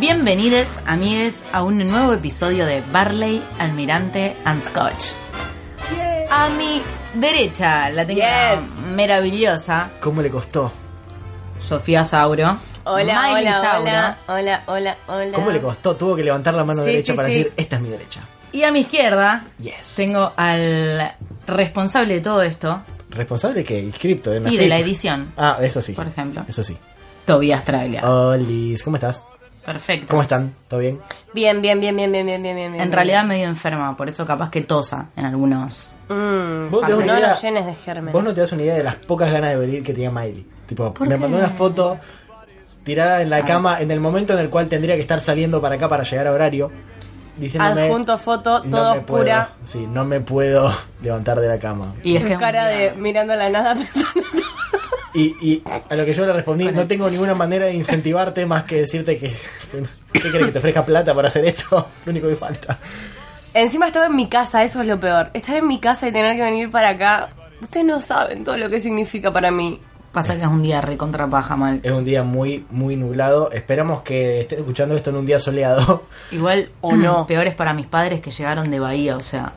Bienvenidos, amigues, a un nuevo episodio de Barley, Almirante and Scotch. A mi derecha la tengo Yes. maravillosa ¿Cómo le costó? Sofía Sauro. Hola, Miley hola, Sauro, hola, hola, hola, hola. ¿Cómo le costó? Tuvo que levantar la mano Sí, derecha sí, para sí. decir, esta es mi derecha. Y a mi izquierda Yes. tengo al responsable de todo esto ¿Responsable que El cripto. De y Nafip. de la edición, Ah, eso sí. Por ejemplo. Eso sí. Tobias Traglia. Olis, ¿cómo estás? Perfecto. ¿Cómo están? ¿Todo bien? Bien, bien, bien, bien, bien, bien, bien, bien. En realidad medio enferma, por eso capaz que tosa en algunos. Mm, Vos te das no una lo idea- llenes de germen. Vos no te das una idea de las pocas ganas de venir que tenía Miley. Tipo, ¿Por me qué? Ah. mandó una foto tirada en la cama en el momento en el cual tendría que estar saliendo para acá para llegar a horario. Diciéndome, Adjunto foto, "No toda me puedo". oscura. Sí, no me puedo levantar de la cama. Y es que es un cara día- de mirando a la nada pensando. Y, y a lo que yo le respondí, no tengo ninguna manera de incentivarte más que decirte que... ¿Qué querés que te ofrezca plata para hacer esto? Lo único que falta. Encima estaba en mi casa, eso es lo peor. Estar en mi casa y tener que venir para acá. Ustedes no saben todo lo que significa para mí. Pasa que es un día re contra paja mal. Es un día muy, muy nublado. Esperamos que estés escuchando esto en un día soleado. Igual O no. Peor es para mis padres que llegaron de Bahía, o sea.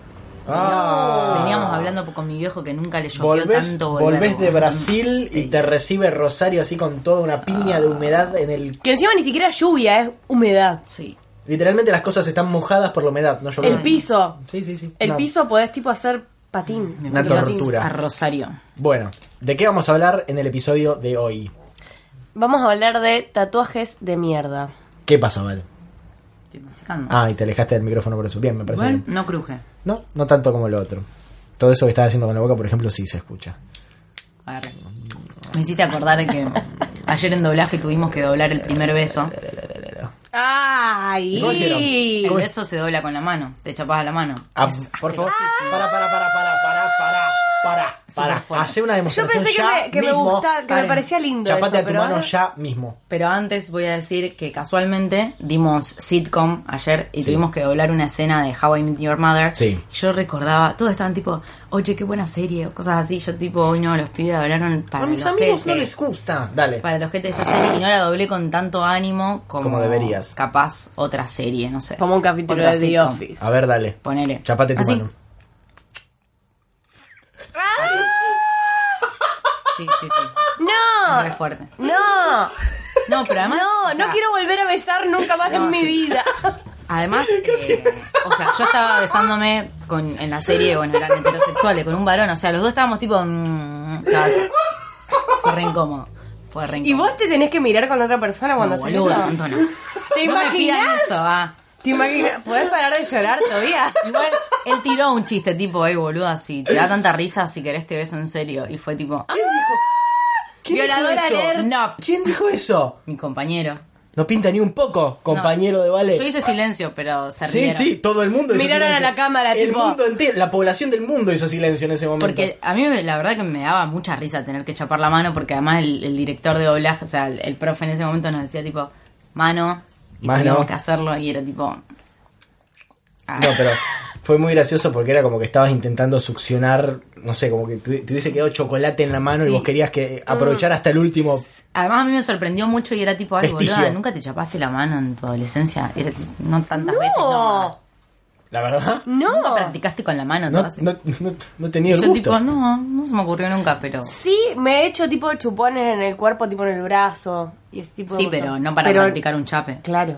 Ah. Veníamos hablando con mi viejo que nunca le llovió Volvés, tanto volver. volvés de boludo. Brasil y te recibe Rosario así con toda una piña de humedad en el... Que encima ni siquiera es lluvia, es humedad. Sí. Literalmente las cosas están mojadas por la humedad, no llovió. El piso. Sí, sí, sí. El No. piso podés tipo hacer patín. Me Una fui tortura. A Rosario. Bueno, ¿de qué vamos a hablar en el episodio de hoy? Vamos a hablar de tatuajes de mierda. ¿Qué pasó, Val? Estoy masticando. Ah, y te alejaste del micrófono por eso. Bien, me parece Igual bien. no cruje. No, no tanto como lo otro. Todo eso que estás haciendo con la boca, por ejemplo, sí se escucha. Agarré. Me hiciste acordar que ayer en doblaje tuvimos que doblar el primer beso. ¡Ay! ¿Cómo hicieron? El beso se dobla con la mano, te chapas a la mano. Ah, Es por favor, asquerosísimo. para, para, para, para, para, para, para, para. Súper fuerte. Hace una Yo demostración pensé que ya me, que me mismo. gustaba, que me Karen, parecía lindo. Chapate eso, a tu pero mano ahora- ya mismo. Pero antes voy a decir que casualmente dimos sitcom ayer y tuvimos que doblar una escena de How I Met Your Mother. Sí. Y yo recordaba, todos estaban tipo, oye, qué buena serie, o cosas así. Yo tipo, hoy no, los pibes hablaron para a mis los amigos no jetes, les gusta. Dale. Para los jetes de esta serie y no la doblé con tanto ánimo como, Como deberías. Capaz otra serie, no sé. Como un capítulo Otra de The sitcom. Office. A ver, dale. Ponele. Ah, Chapate Ah, tu Así. mano. Sí, sí, sí. Es re ¡No! fuerte. ¡No! No, pero además. No, o sea, no quiero volver a besar nunca más No, en mi sí. vida. Además, eh, o sea, yo estaba besándome con, en la serie, bueno, eran heterosexuales, con un varón, o sea, los dos estábamos tipo. mm, estaba así. fue re incómodo. Fue re ¿Y incómodo. vos te tenés que mirar con otra persona cuando no, haces boludo, eso? Antonio. ¿Te No me pidan imaginas? eso, va. ¿Te imaginas? ¿Podés parar de llorar todavía? Igual, eh, él tiró un chiste tipo, ay, boluda, si te da tanta risa, si querés te beso en serio. Y fue tipo, ¿Quién dijo? ¿Quién Violadora dijo eso? alert. No. ¿Quién dijo eso? mi compañero. No pinta ni un poco, compañero No. de ballet. Yo hice silencio, pero se Sí, rieron. sí, todo el mundo hizo Miraron a silencio. la cámara, El tipo- mundo entero, la población del mundo hizo silencio en ese momento. Porque a mí me- la verdad que me daba mucha risa tener que chapar la mano porque además el, el director de doblaje, o sea, el, el profe en ese momento nos decía tipo, mano, y Mano. teníamos que hacerlo y era tipo... ah. No, pero fue muy gracioso porque era como que estabas intentando succionar, no sé, como que tu- te hubiese quedado chocolate en la mano Sí. y vos querías que aprovechar hasta el último. Además a mí me sorprendió mucho y era tipo, ay, Vestigio. boluda, ¿nunca te chapaste la mano en tu adolescencia? Era tipo, no tantas veces. No. No. La verdad. Nunca No. practicaste con la mano, No, todo así. no, no, no he tenido Y el yo gusto. tipo, no, no se me ocurrió nunca, pero... Sí, me he hecho tipo chupones en el cuerpo, tipo en el brazo. Y ese tipo de Sí, cosas. pero no para Pero- practicar un chape. Claro.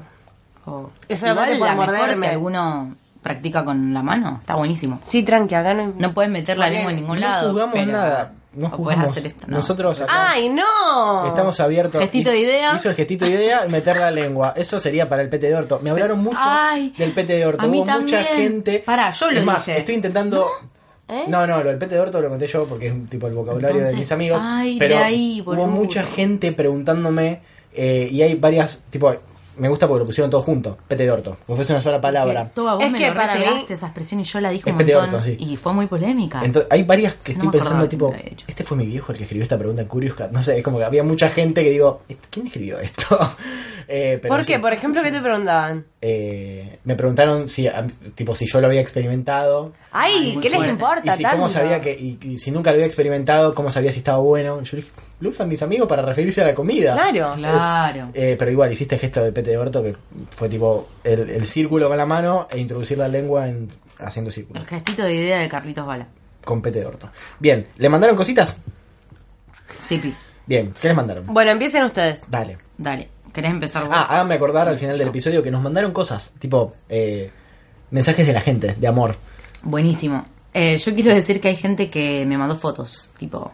O- Eso Igual aparte por la mejor morderme. si alguno practica con la mano, está buenísimo. Sí, tranqui, acá no... No puedes meter la Bien, lengua en ningún No lado. jugamos pero- nada. No o podés jugamos. hacer esto, no. Nosotros acá ¡Ay, no! estamos abiertos. Gestito de idea. Hizo el gestito de idea y meter la lengua. Eso sería para el pete de orto. Me hablaron mucho Ay, del pete de orto. a mí Hubo mucha también. gente. Pará, yo lo Es más, hice. estoy intentando. ¿Eh? No, no, lo del pete de orto lo conté yo porque es un tipo el vocabulario de Entonces, mis amigos. ay, de pero ahí, hubo boludo. mucha gente preguntándome eh, y hay varias, tipo, me gusta porque lo pusieron todo junto, pete de orto, como fuese una sola palabra. Toba, vos Es me que lo para mí- repegaste esa expresión y yo la dije Es un peteorto, montón. sí. Y fue muy polémica. Entonces, hay varias que Ah. Sí, estoy no me acordaba pensando, que tipo, lo había hecho. este fue mi viejo el que escribió esta pregunta en Curious Cat. No sé, es como que había mucha gente que digo, "Est- ¿quién escribió esto? Eh, pero ¿Por qué? sí. Por ejemplo, ¿qué te preguntaban? Eh, me preguntaron si, a- tipo, si yo lo había experimentado. Ay, ¡Ay, muy qué les fuerte. Y importa si, tanto? cómo sabía que, y, y si nunca lo había experimentado, cómo sabía si estaba bueno. Yo le dije, lo usan mis amigos para referirse a la comida. Claro. Claro. Eh, pero igual, hiciste gesto de pete de orto que fue tipo el, el círculo con la mano e introducir la lengua en, haciendo El círculos. gestito de idea de Carlitos Bala. Con pete de orto. Bien, ¿le mandaron cositas? Sí, Pi, Bien, ¿qué les mandaron? Bueno, empiecen ustedes. Dale. dale. ¿Querés empezar vos? Ah, háganme acordar al final del episodio que nos mandaron cosas, tipo eh, mensajes de la gente, de amor. Buenísimo. Eh, yo quiero decir que hay gente que me mandó fotos, tipo...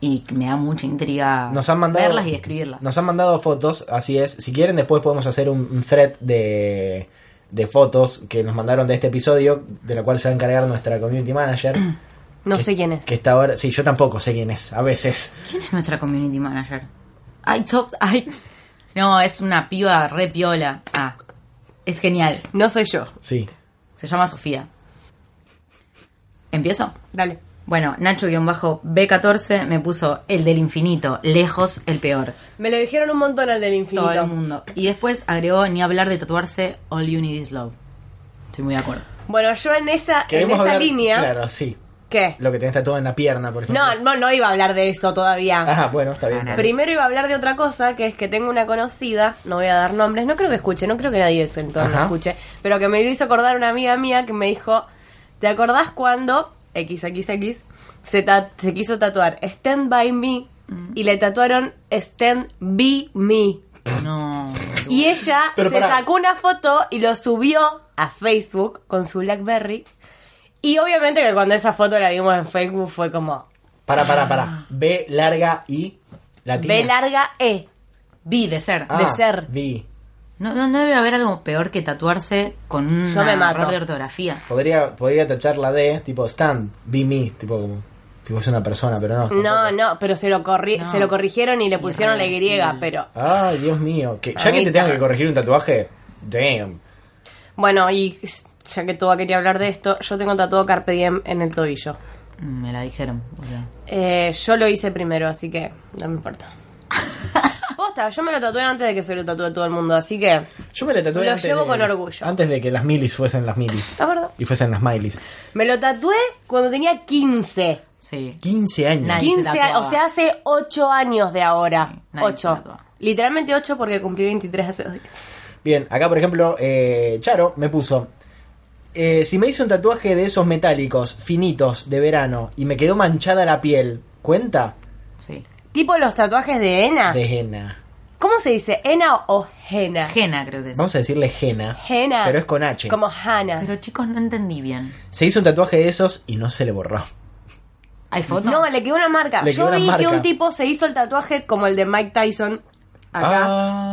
Y me da mucha intriga Nos han mandado. verlas y escribirlas. Nos han mandado fotos, así es. Si quieren, después podemos hacer un, un thread de, de fotos que nos mandaron de este episodio, de la cual se va a encargar nuestra community manager. No que- sé quién es. Que está ahora. Sí, yo tampoco sé quién es, a veces. ¿Quién es nuestra community manager? Ay, top, ay. No, es una piba re piola. Ah, es genial. No soy yo. Sí. Se llama Sofía. ¿Empiezo? Dale. Bueno, Nacho-B14 me puso el del infinito, lejos el peor. Me lo dijeron un montón al del infinito. Todo el mundo. Y después agregó ni hablar de tatuarse All You Need Is Love. Estoy muy de acuerdo. Bueno, yo en esa, en esa hablar- línea... Claro, sí. ¿Qué? Lo que tenés tatuado en la pierna, por ejemplo. No, no, no iba a hablar de eso todavía. Ah, bueno, está Ah, bien. está bien. Primero iba a hablar de otra cosa, que es que tengo una conocida, no voy a dar nombres, no creo que escuche, no creo que nadie de ese entorno Ajá. escuche, pero que me lo hizo acordar una amiga mía que me dijo, ¿te acordás cuando XXX se, ta- se quiso tatuar Stand By Me Mm. y le tatuaron Stand Be Me? No. Y ella Pero se pará. sacó una foto y lo subió a Facebook con su Blackberry. Y obviamente que cuando esa foto la vimos en Facebook fue como Para, para, para. B larga y latina. B larga E. Vi de ser. Ah, de ser. Vi. No, no, no debe haber algo peor que tatuarse con un Yo me mato. error de ortografía. Podría, podría tachar la D, tipo stand, be me, tipo como. Tipo es una persona, pero no. No, tampoco. no, pero se lo, corri- No. se lo corrigieron y le pusieron la Y, Irreversible. pero... Ay, Dios mío. Que, ya que te Mamita. tengo que corregir un tatuaje, damn. Bueno, y ya que Toba quería hablar de esto, yo tengo tatuado Carpe Diem en el tobillo. Mm, Me la dijeron. boludo. Eh, yo lo hice primero, así que no me importa. Posta, yo me lo tatué antes de que se lo tatúe todo el mundo, así que... Yo me la tatué Lo antes llevo de- con orgullo. Antes de que las milis fuesen las milis. La verdad. Y fuesen las milis. Me lo tatué cuando tenía 15. Sí. 15 años. Nadie. se 15 años, o tatuaba. sea, hace 8 años de ahora. nadie se 8. tatuaba. Literalmente 8 porque cumplí 23 hace dos días. Bien, acá por ejemplo, eh, Charo me puso. eh, si me hice un tatuaje de esos metálicos finitos de verano y me quedó manchada la piel, ¿cuenta? Sí. Tipo los tatuajes de henna. De henna. ¿Cómo se dice? ¿Henna o henna? Jena creo que es. Vamos a decirle henna. Henna. Pero es con H. Como Hannah. Pero chicos, no entendí bien. Se hizo un tatuaje de esos y no se le borró. ¿Hay fotos? No, le quedó una marca. Le Yo quedó una vi que marca. un tipo se hizo el tatuaje como el de Mike Tyson acá.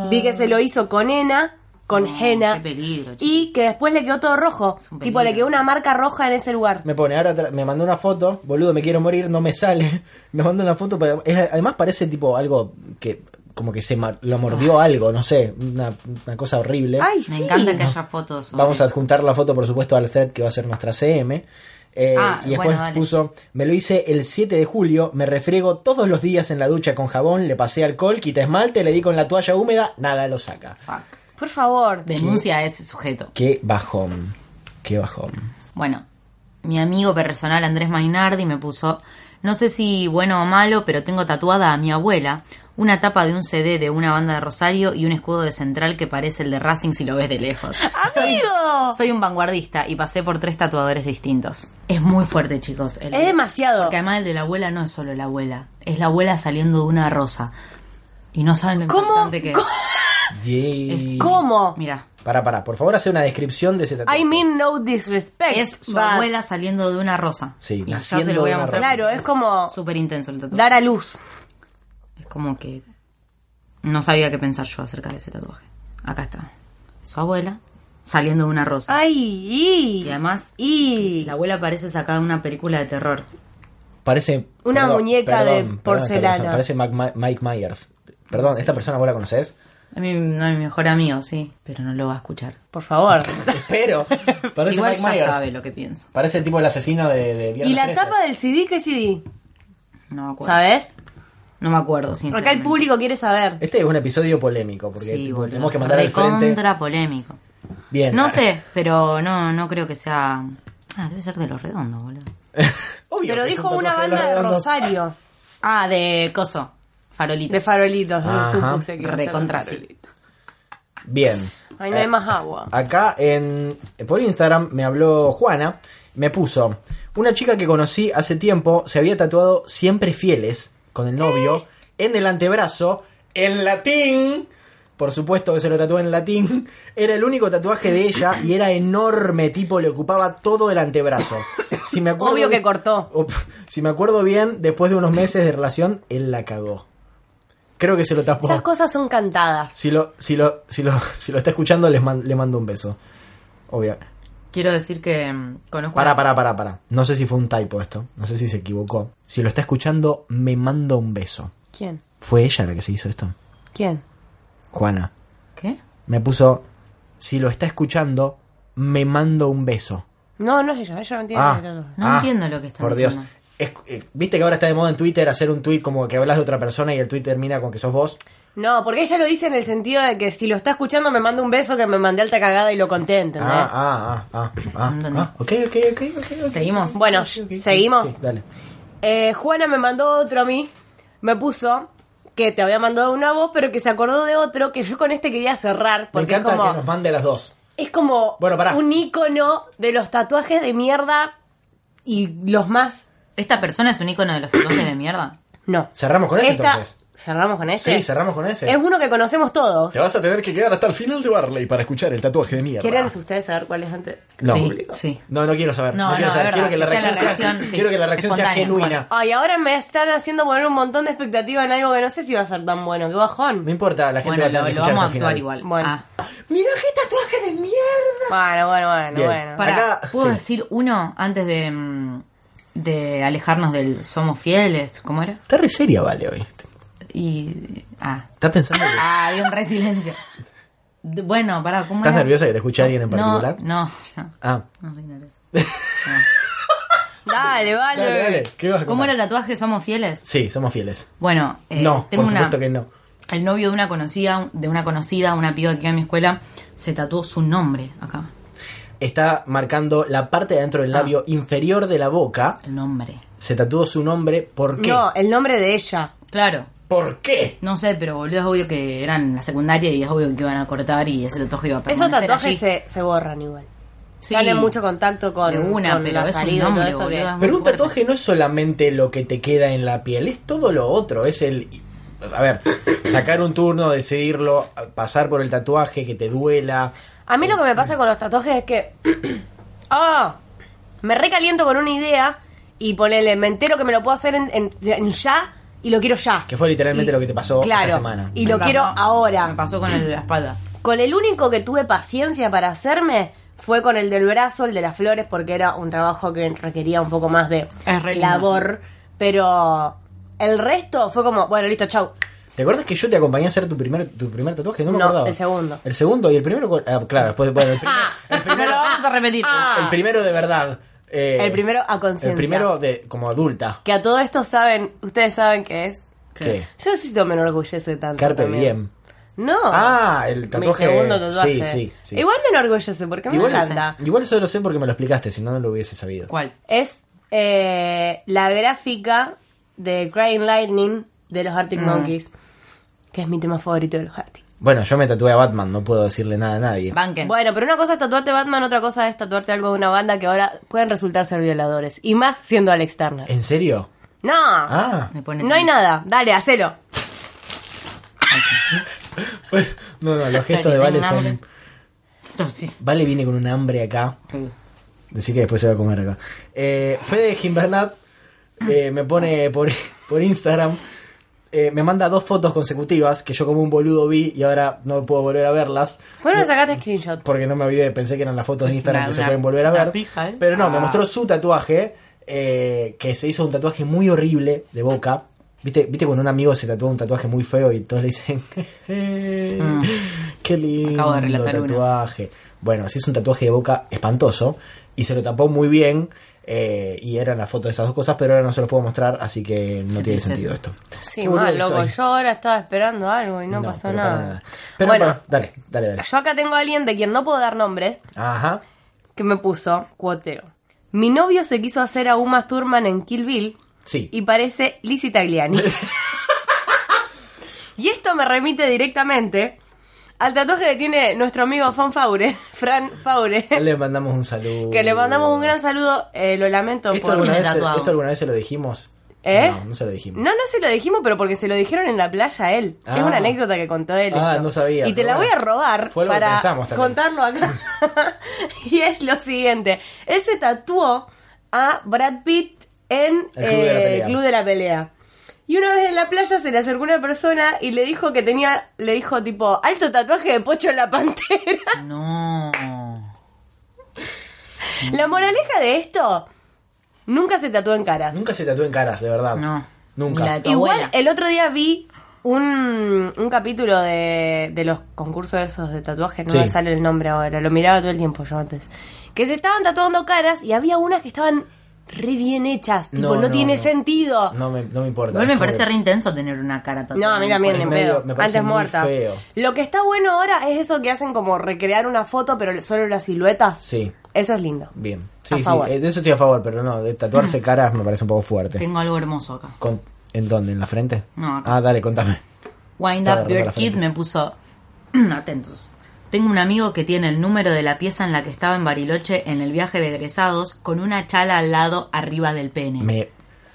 Ah. Vi que se lo hizo con Ena, con No, Jena. qué peligro, chico. y que después le quedó todo rojo. Es un Tipo, le peligro. quedó una marca roja en ese lugar. Me pone, ahora tra- me mandó una foto, boludo, me quiero morir, no me sale. Me mandó una foto, pero es- además parece tipo algo que como que se ma- lo mordió algo, no sé, una, una cosa horrible. Ay, Me sí. encanta que haya fotos. sobre Vamos a adjuntar la foto, por supuesto, al thread que va a ser nuestra CM. Eh, Ah, y después bueno, dale. puso, me lo hice el 7 de julio, me refriego todos los días en la ducha con jabón, le pasé alcohol, quité esmalte, le di con la toalla húmeda, nada lo saca. Fuck. Por favor. Denuncia a ese sujeto. Qué bajón, qué bajón. Bueno, mi amigo personal Andrés Mainardi me puso: No sé si bueno o malo, pero tengo tatuada a mi abuela, una tapa de un CD de una banda de Rosario y un escudo de central que parece el de Racing si lo ves de lejos. ¡Amigo! Soy un vanguardista y pasé por tres tatuadores distintos. Es muy fuerte, chicos. el- Es demasiado. Porque además el de la abuela no es solo la abuela, es la abuela saliendo de una rosa. Y no saben lo ¿Cómo? importante que es. Yay. Es- ¿Cómo? Mira, Para, para, por favor, hace una descripción de ese tatuaje. I mean no disrespect. es su but- abuela saliendo de una rosa. Sí, y ya naciendo se lo voy de a una mostrar. rosa. Claro, es como súper intenso el tatuaje. dar a luz. Es como que no sabía qué pensar yo acerca de ese tatuaje. Acá está. Su abuela saliendo de una rosa. Ay, Y y, además, y- la abuela parece sacada de una película de terror. Parece. Una muñeca de porcelana. esta persona, parece Mac- Ma- Mike Myers. Perdón, ¿esta persona vos la conocés? A mí no es mi mejor amigo, sí, pero no lo va a escuchar. por favor. Pero parece Igual Mike ya Myers. sabe lo que pienso. Parece el tipo el asesino de, de Viernes ¿Y la 13. tapa del CD qué CD? No me acuerdo. ¿Sabes? No me acuerdo, Porque acá sinceramente. el público quiere saber. Este es un episodio polémico, porque Sí, tipo, boludo. tenemos que mandar al frente. Recontra polémico. Bien. No sé, pero no, no creo que sea. Ah, debe ser de los redondos, boludo. Obvio Pero que es un dijo una tatuaje banda de redondo. Rosario. Ah, de Coso. Farolitos. De farolitos. no Ajá. supuse que iba a ser de Recontra sí. farolitos. Bien. Ay, no hay más agua. Acá en por Instagram me habló Juana, me puso una chica que conocí hace tiempo se había tatuado siempre fieles con el novio en el antebrazo en latín. Por supuesto que se lo tatuó en latín. Era el único tatuaje de ella y era enorme, tipo le ocupaba todo el antebrazo. Si me acuerdo, Obvio que cortó. Op, si me acuerdo bien, después de unos meses de relación, él la cagó. Creo que se lo tapó. Esas cosas son cantadas. Si lo, si lo, si lo, si lo está escuchando, les man- le mando un beso. Obvio. Quiero decir que mm, conozco. Pará, una- pará, pará, pará. No sé si fue un typo esto. No sé si se equivocó. Si lo está escuchando, me manda un beso. ¿Quién? ¿Fue ella la que se hizo esto? ¿Quién? Juana. ¿Qué? Me puso. Si lo está escuchando, me mando un beso. No, no es ella. Ella no tiene Ah, tatuaje. No ah, entiendo lo que están Por Dios. diciendo. Es- eh, Viste que ahora está de moda en Twitter hacer un tweet como que hablas de otra persona y el tweet termina con que sos vos. No, porque ella lo dice en el sentido de que si lo está escuchando me manda un beso que me mandé alta cagada y lo conté, ¿entendés? Ah, ah, ah, ah, ah, Entendí. ah. Ok, ok, ok, ok. ok. Seguimos. Bueno, seguimos. Sí, dale. Eh, Juana me mandó otro a mí. Me puso que te había mandado una voz, pero que se acordó de otro que yo con este quería cerrar. Me Porque es encanta que como, nos mande las dos. es como Bueno, pará. un ícono de los tatuajes de mierda y los más. ¿Esta persona es un icono de los tatuajes de mierda? No. Cerramos con ese Esta- entonces. ¿Cerramos con ese? Sí, cerramos con ese. Es uno que conocemos todos. vas a tener que quedar hasta el final de Barley para escuchar el tatuaje de mierda. ¿Quieren ustedes saber cuál es antes? que No. se Sí, publicó? sí. No, no quiero saber. No, No, quiero no, saber. es verdad. Quiero que la Que sea reacción la sea, reacción, sí. quiero que la reacción sea Espontánea, genuina. Ay, ahora me están haciendo poner un montón de expectativa en algo que no sé si va a ser tan bueno. Qué bajón. No importa, la gente Bueno, va a tener lo, que lo escuchar vamos a hasta el actuar final. igual. Bueno. Ah, Mirá qué tatuaje de mierda. Bueno, bueno, bueno, Bien. bueno. pará, Acá- ¿puedo sí. decir uno antes de, mm, de alejarnos del somos fieles? ¿Cómo era? Está re seria, vale, hoy. Y. Ah. Está pensando que Ah, había un re silencio. De- Bueno, pará, ¿cómo estás era? nerviosa que te escuche alguien en No, particular. no, no. Ah, No soy nerviosa. Dale, vale. dale, dale. ¿Qué vas a ¿Cómo contar? era el tatuaje? ¿Somos fieles? Sí, somos fieles. Bueno, eh, no, tengo por una. supuesto que no. El novio de una conocida, de una conocida, una piba que iba a mi escuela, se tatuó su nombre acá. Está marcando la parte de adentro del Ah. labio inferior de la boca. El nombre. Se tatuó su nombre. ¿Por qué? No, el nombre de ella. Claro. ¿Por qué? No sé, pero boludo, es obvio que eran en la secundaria y es obvio que iban a cortar y ese tatuaje iba a Esos permanecer allí. tatuajes se, se borran igual. Sí, Dale mucho contacto con, de una, con pero la es un salida y nombre, todo eso que- boludo. muy Pero un fuerte. tatuaje no es solamente lo que te queda en la piel, es todo lo otro, es el... A ver, sacar un turno, decidirlo, pasar por el tatuaje, que te duela. A mí lo que me pasa con los tatuajes es que. ¡Ah! me recaliento con una idea y ponele, me entero que me lo puedo hacer en, en- en ya y lo quiero ya. Que fue literalmente lo que te pasó esta claro, semana. Y lo Me quiero pasó- ahora. Me pasó con el de la espalda. Con el único que tuve paciencia para hacerme fue con el del brazo, el de las flores, porque era un trabajo que requería un poco más de Es re lindo, labor. Pero el resto fue como, bueno, listo, chau. ¿Te acuerdas que yo te acompañé a hacer tu primer, tu primer tatuaje? No me No, acordaba. el segundo. El segundo y el primero... con- ah, claro, después... Bueno, el, primer- el No primero, lo vamos a repetir. Ah. el primero de verdad. eh, El primero a conciencia. El primero de, como adulta. Que a todo esto saben, ustedes saben qué es. ¿Qué? Yo necesito me enorgullece tanto. Carpe también. diem. No. Ah, el tatuaje... Mi segundo tatuaje. Sí, sí, sí. Igual me enorgullece porque me Igual- encanta. igual eso lo sé porque me lo explicaste, si no, no lo hubiese sabido. ¿Cuál? Es eh, la gráfica de Crying Lightning de los Arctic Monkeys, que es mi tema favorito de los Arctic. Bueno, yo me tatué a Batman, no puedo decirle nada a nadie. Banquen. Bueno, pero una cosa es tatuarte Batman, otra cosa es tatuarte algo de una banda que ahora pueden resultar ser violadores. Y más siendo Alex Turner. ¿En serio? No, Eh. Ah. Me pone no hay tensa. nada. Dale, hacelo. No, no, los gestos de Tengo Vale son... hambre. No, sí. Vale viene con un hambre acá. Decir que después se va a comer acá. Eh, Fede Gimbernat Ah. eh, me pone por, por Instagram. eh, me manda dos fotos consecutivas que yo como un boludo vi y ahora no puedo volver a verlas. ¿Por qué no sacaste screenshot? Porque no me olvidé, pensé que eran las fotos de Instagram Una- que se una- pueden volver a una ver. pija, ¿eh? Pero no, me Ah. mostró su tatuaje, eh, que se hizo un tatuaje muy horrible de boca. ¿Viste, ¿Viste cuando un amigo se tatúa un tatuaje muy feo y todos le dicen, "Eh, Mm. qué lindo Acabo de relatar uno. tatuaje? Bueno, se hizo un tatuaje de boca espantoso y se lo tapó muy bien. eh, y eran la foto de esas dos cosas, pero ahora no se los puedo mostrar, así que no tiene tristeza. sentido esto. Sí, Qué boludo mal, que loco. soy. Yo ahora estaba esperando algo y no, pasó pero para nada. Pero bueno, para- dale, dale, dale. yo acá tengo a alguien de quien no puedo dar nombres Ajá. que me puso cuoteo. Mi novio se quiso hacer a Uma Thurman en Kill Bill Sí. y parece Lizzie Tagliani. y esto me remite directamente al tatuaje que tiene nuestro amigo Fan Faure, Fran Faure, Le mandamos un saludo. que le mandamos un gran saludo. eh, lo lamento ¿Esto por... alguna, Tiene vez, se- tatuado. ¿Esto alguna vez se lo dijimos? ¿Eh? No, no se lo dijimos. No, no se lo dijimos, pero porque se lo dijeron en la playa a él. Ah. Es una anécdota que contó él. Ah, esto. no sabía, Y te pero la voy bueno. a robar Fue algo que para pensamos también. contarlo acá. y es lo siguiente. Él se tatuó a Brad Pitt en eh, El Club de la Pelea. Club de la Pelea. Y una vez en la playa se le acercó una persona y le dijo que tenía, le dijo tipo, alto tatuaje de pocho en la pantera. No. la moraleja de esto, nunca se tatúa en caras. Nunca se tatúen caras, de verdad. No. Nunca. Ni la- tu Igual abuela. el otro día vi un, un capítulo de, de los concursos esos de tatuaje, no Sí. me sale el nombre ahora, lo miraba todo el tiempo yo antes. Que se estaban tatuando caras y había unas que estaban re bien hechas, tipo, No, no, no, tiene no. sentido. No. No me, no me importa. Igual me Es como parece que- re intenso tener una cara tatuada. a mí también, Es en medio- pedo. me parece Antes muy muerta. feo. Lo que está bueno ahora es eso que hacen como recrear una foto, pero solo las siluetas. Sí, Eso es lindo. bien. A Sí, sí, favor. eh, de eso estoy a favor, pero no, de tatuarse caras me parece un poco fuerte. Mm. Tengo algo hermoso acá. Con- ¿En dónde? ¿En la frente? No, acá. Ah, dale, contame. Wind Está Up de Your la Kid frente. me puso. Atentos. Tengo un amigo que tiene el número de la pieza en la que estaba en Bariloche en el viaje de egresados con una chala al lado arriba del pene. Me,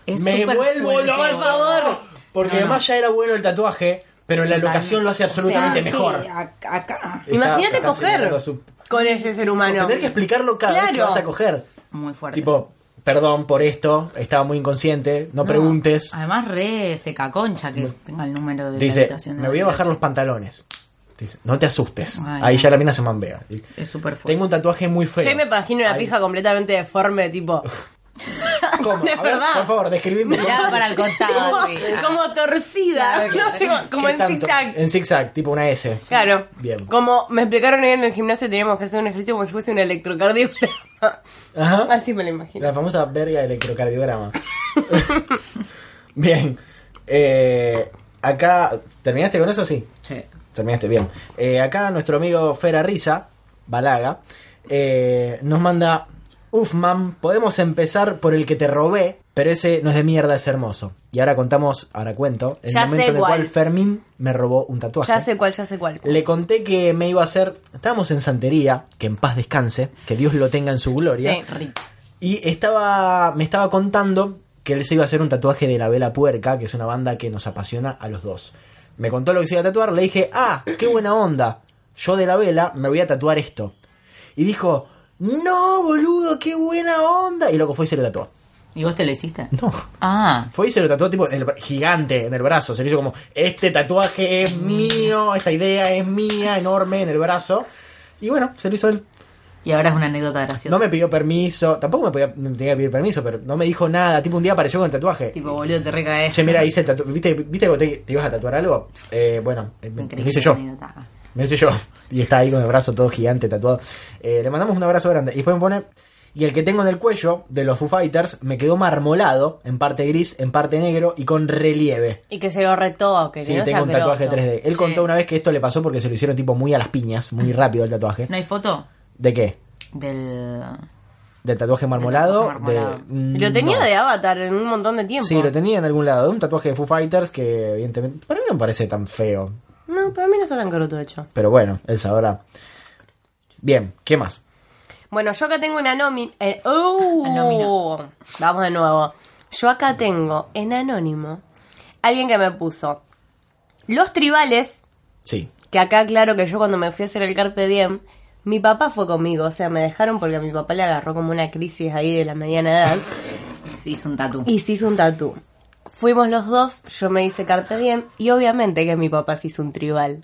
Es me súper vuelvo fuerte, loco, por boludo. favor. Porque No, no. además ya era bueno el tatuaje, pero la Total. locación lo hace absolutamente O sea, mejor. que a- acá. Está- Imagínate está señalando coger a su- con ese ser humano. Tener que explicarlo cada vez que Claro. vas a coger. Muy fuerte. Tipo, perdón por esto, estaba muy inconsciente, no, No, preguntes. Además, re seca concha que tenga el número de la Dice, habitación de me voy a bajar Bariloche. los pantalones. Dice, no te asustes. Ay, Ahí no. ya la mina se mambea. Es súper fuerte. Tengo un tatuaje muy feo. Yo me imagino una Ahí. pija completamente deforme, tipo. ¿Cómo? de A ver, verdad. Por favor, describime. Mirada para el costado. Ah, así. Como, como torcida, Claro, no sé, como- como ¿Qué en tanto? zigzag. En zigzag, tipo una S. Claro. Bien. Como me explicaron ayer en el gimnasio, teníamos que hacer un ejercicio como si fuese un electrocardiograma. Ajá. Así me lo imagino. La famosa verga del electrocardiograma. bien. Eh, acá, ¿terminaste con eso? Sí. Sí. Terminaste bien. Eh, acá nuestro amigo Fera Risa, Balaga, eh, nos manda, uf, man, podemos empezar por el que te robé, pero ese no es de mierda, es hermoso. Y ahora contamos, ahora cuento, el Ya sé momento en el cuál. cual Fermín me robó un tatuaje. Ya sé cuál, ya sé cuál. Le conté que me iba a hacer, estábamos en Santería, que en paz descanse, que Dios lo tenga en su gloria. Sí. Rico. Y estaba, me estaba contando que él se iba a hacer un tatuaje de la Vela Puerca, que es una banda que nos apasiona a los dos. Me contó lo que se iba a tatuar, le dije, ah, qué buena onda. Yo de la Vela me voy a tatuar esto. Y dijo, no, boludo, qué buena onda. Y loco fue y se lo tatuó. ¿Y vos te lo hiciste? No. Ah. Fue y se lo tatuó tipo en el bra- gigante en el brazo. Se le hizo como, este tatuaje es mío, esta idea es mía, enorme en el brazo. Y bueno, se lo hizo él. Y ahora es una anécdota graciosa. No me pidió permiso, tampoco me, podía- me tenía que pedir permiso, pero no me dijo nada. Tipo, un día apareció con el tatuaje. Tipo, boludo, te recaes. Che, mira, hice el tatu- ¿Viste, ¿Viste que te, te ibas a tatuar algo? Eh, bueno, eh, me, me lo Increíble hice yo. Me anécdota. lo hice yo. Y está ahí con el brazo todo gigante, tatuado. Eh, le mandamos un abrazo grande. Y después me pone. Y el que tengo en el cuello de los Foo Fighters me quedó marmolado, en parte gris, en parte negro y con relieve. Y que se lo retó, que, que Sí, no sea tengo un tatuaje grosso. 3D. Él Sí. contó una vez que esto le pasó porque se lo hicieron tipo muy a las piñas, muy rápido el tatuaje. ¿No hay foto ¿De qué? del Del tatuaje marmolado. tatuaje marmolado. de- Mm, Lo tenía no. de Avatar en un montón de tiempo. Sí, lo tenía en algún lado. Un tatuaje de Foo Fighters que, evidentemente, para mí no me parece tan feo. No, para mí no está tan coroto, de hecho. Pero bueno, él sabrá. Bien, ¿qué más? Bueno, yo acá tengo una nómina. ¡Oh! Anómino. Vamos de nuevo. Yo acá tengo en anónimo alguien que me puso. Los tribales Sí. que acá claro que yo cuando me fui a hacer el carpe diem, mi papá fue conmigo, o sea, me dejaron porque a mi papá le agarró como una crisis ahí de la mediana edad Se hizo un tatu. y se hizo un tatú. Fuimos los dos, yo me hice carpe diem y obviamente que mi papá se hizo un tribal.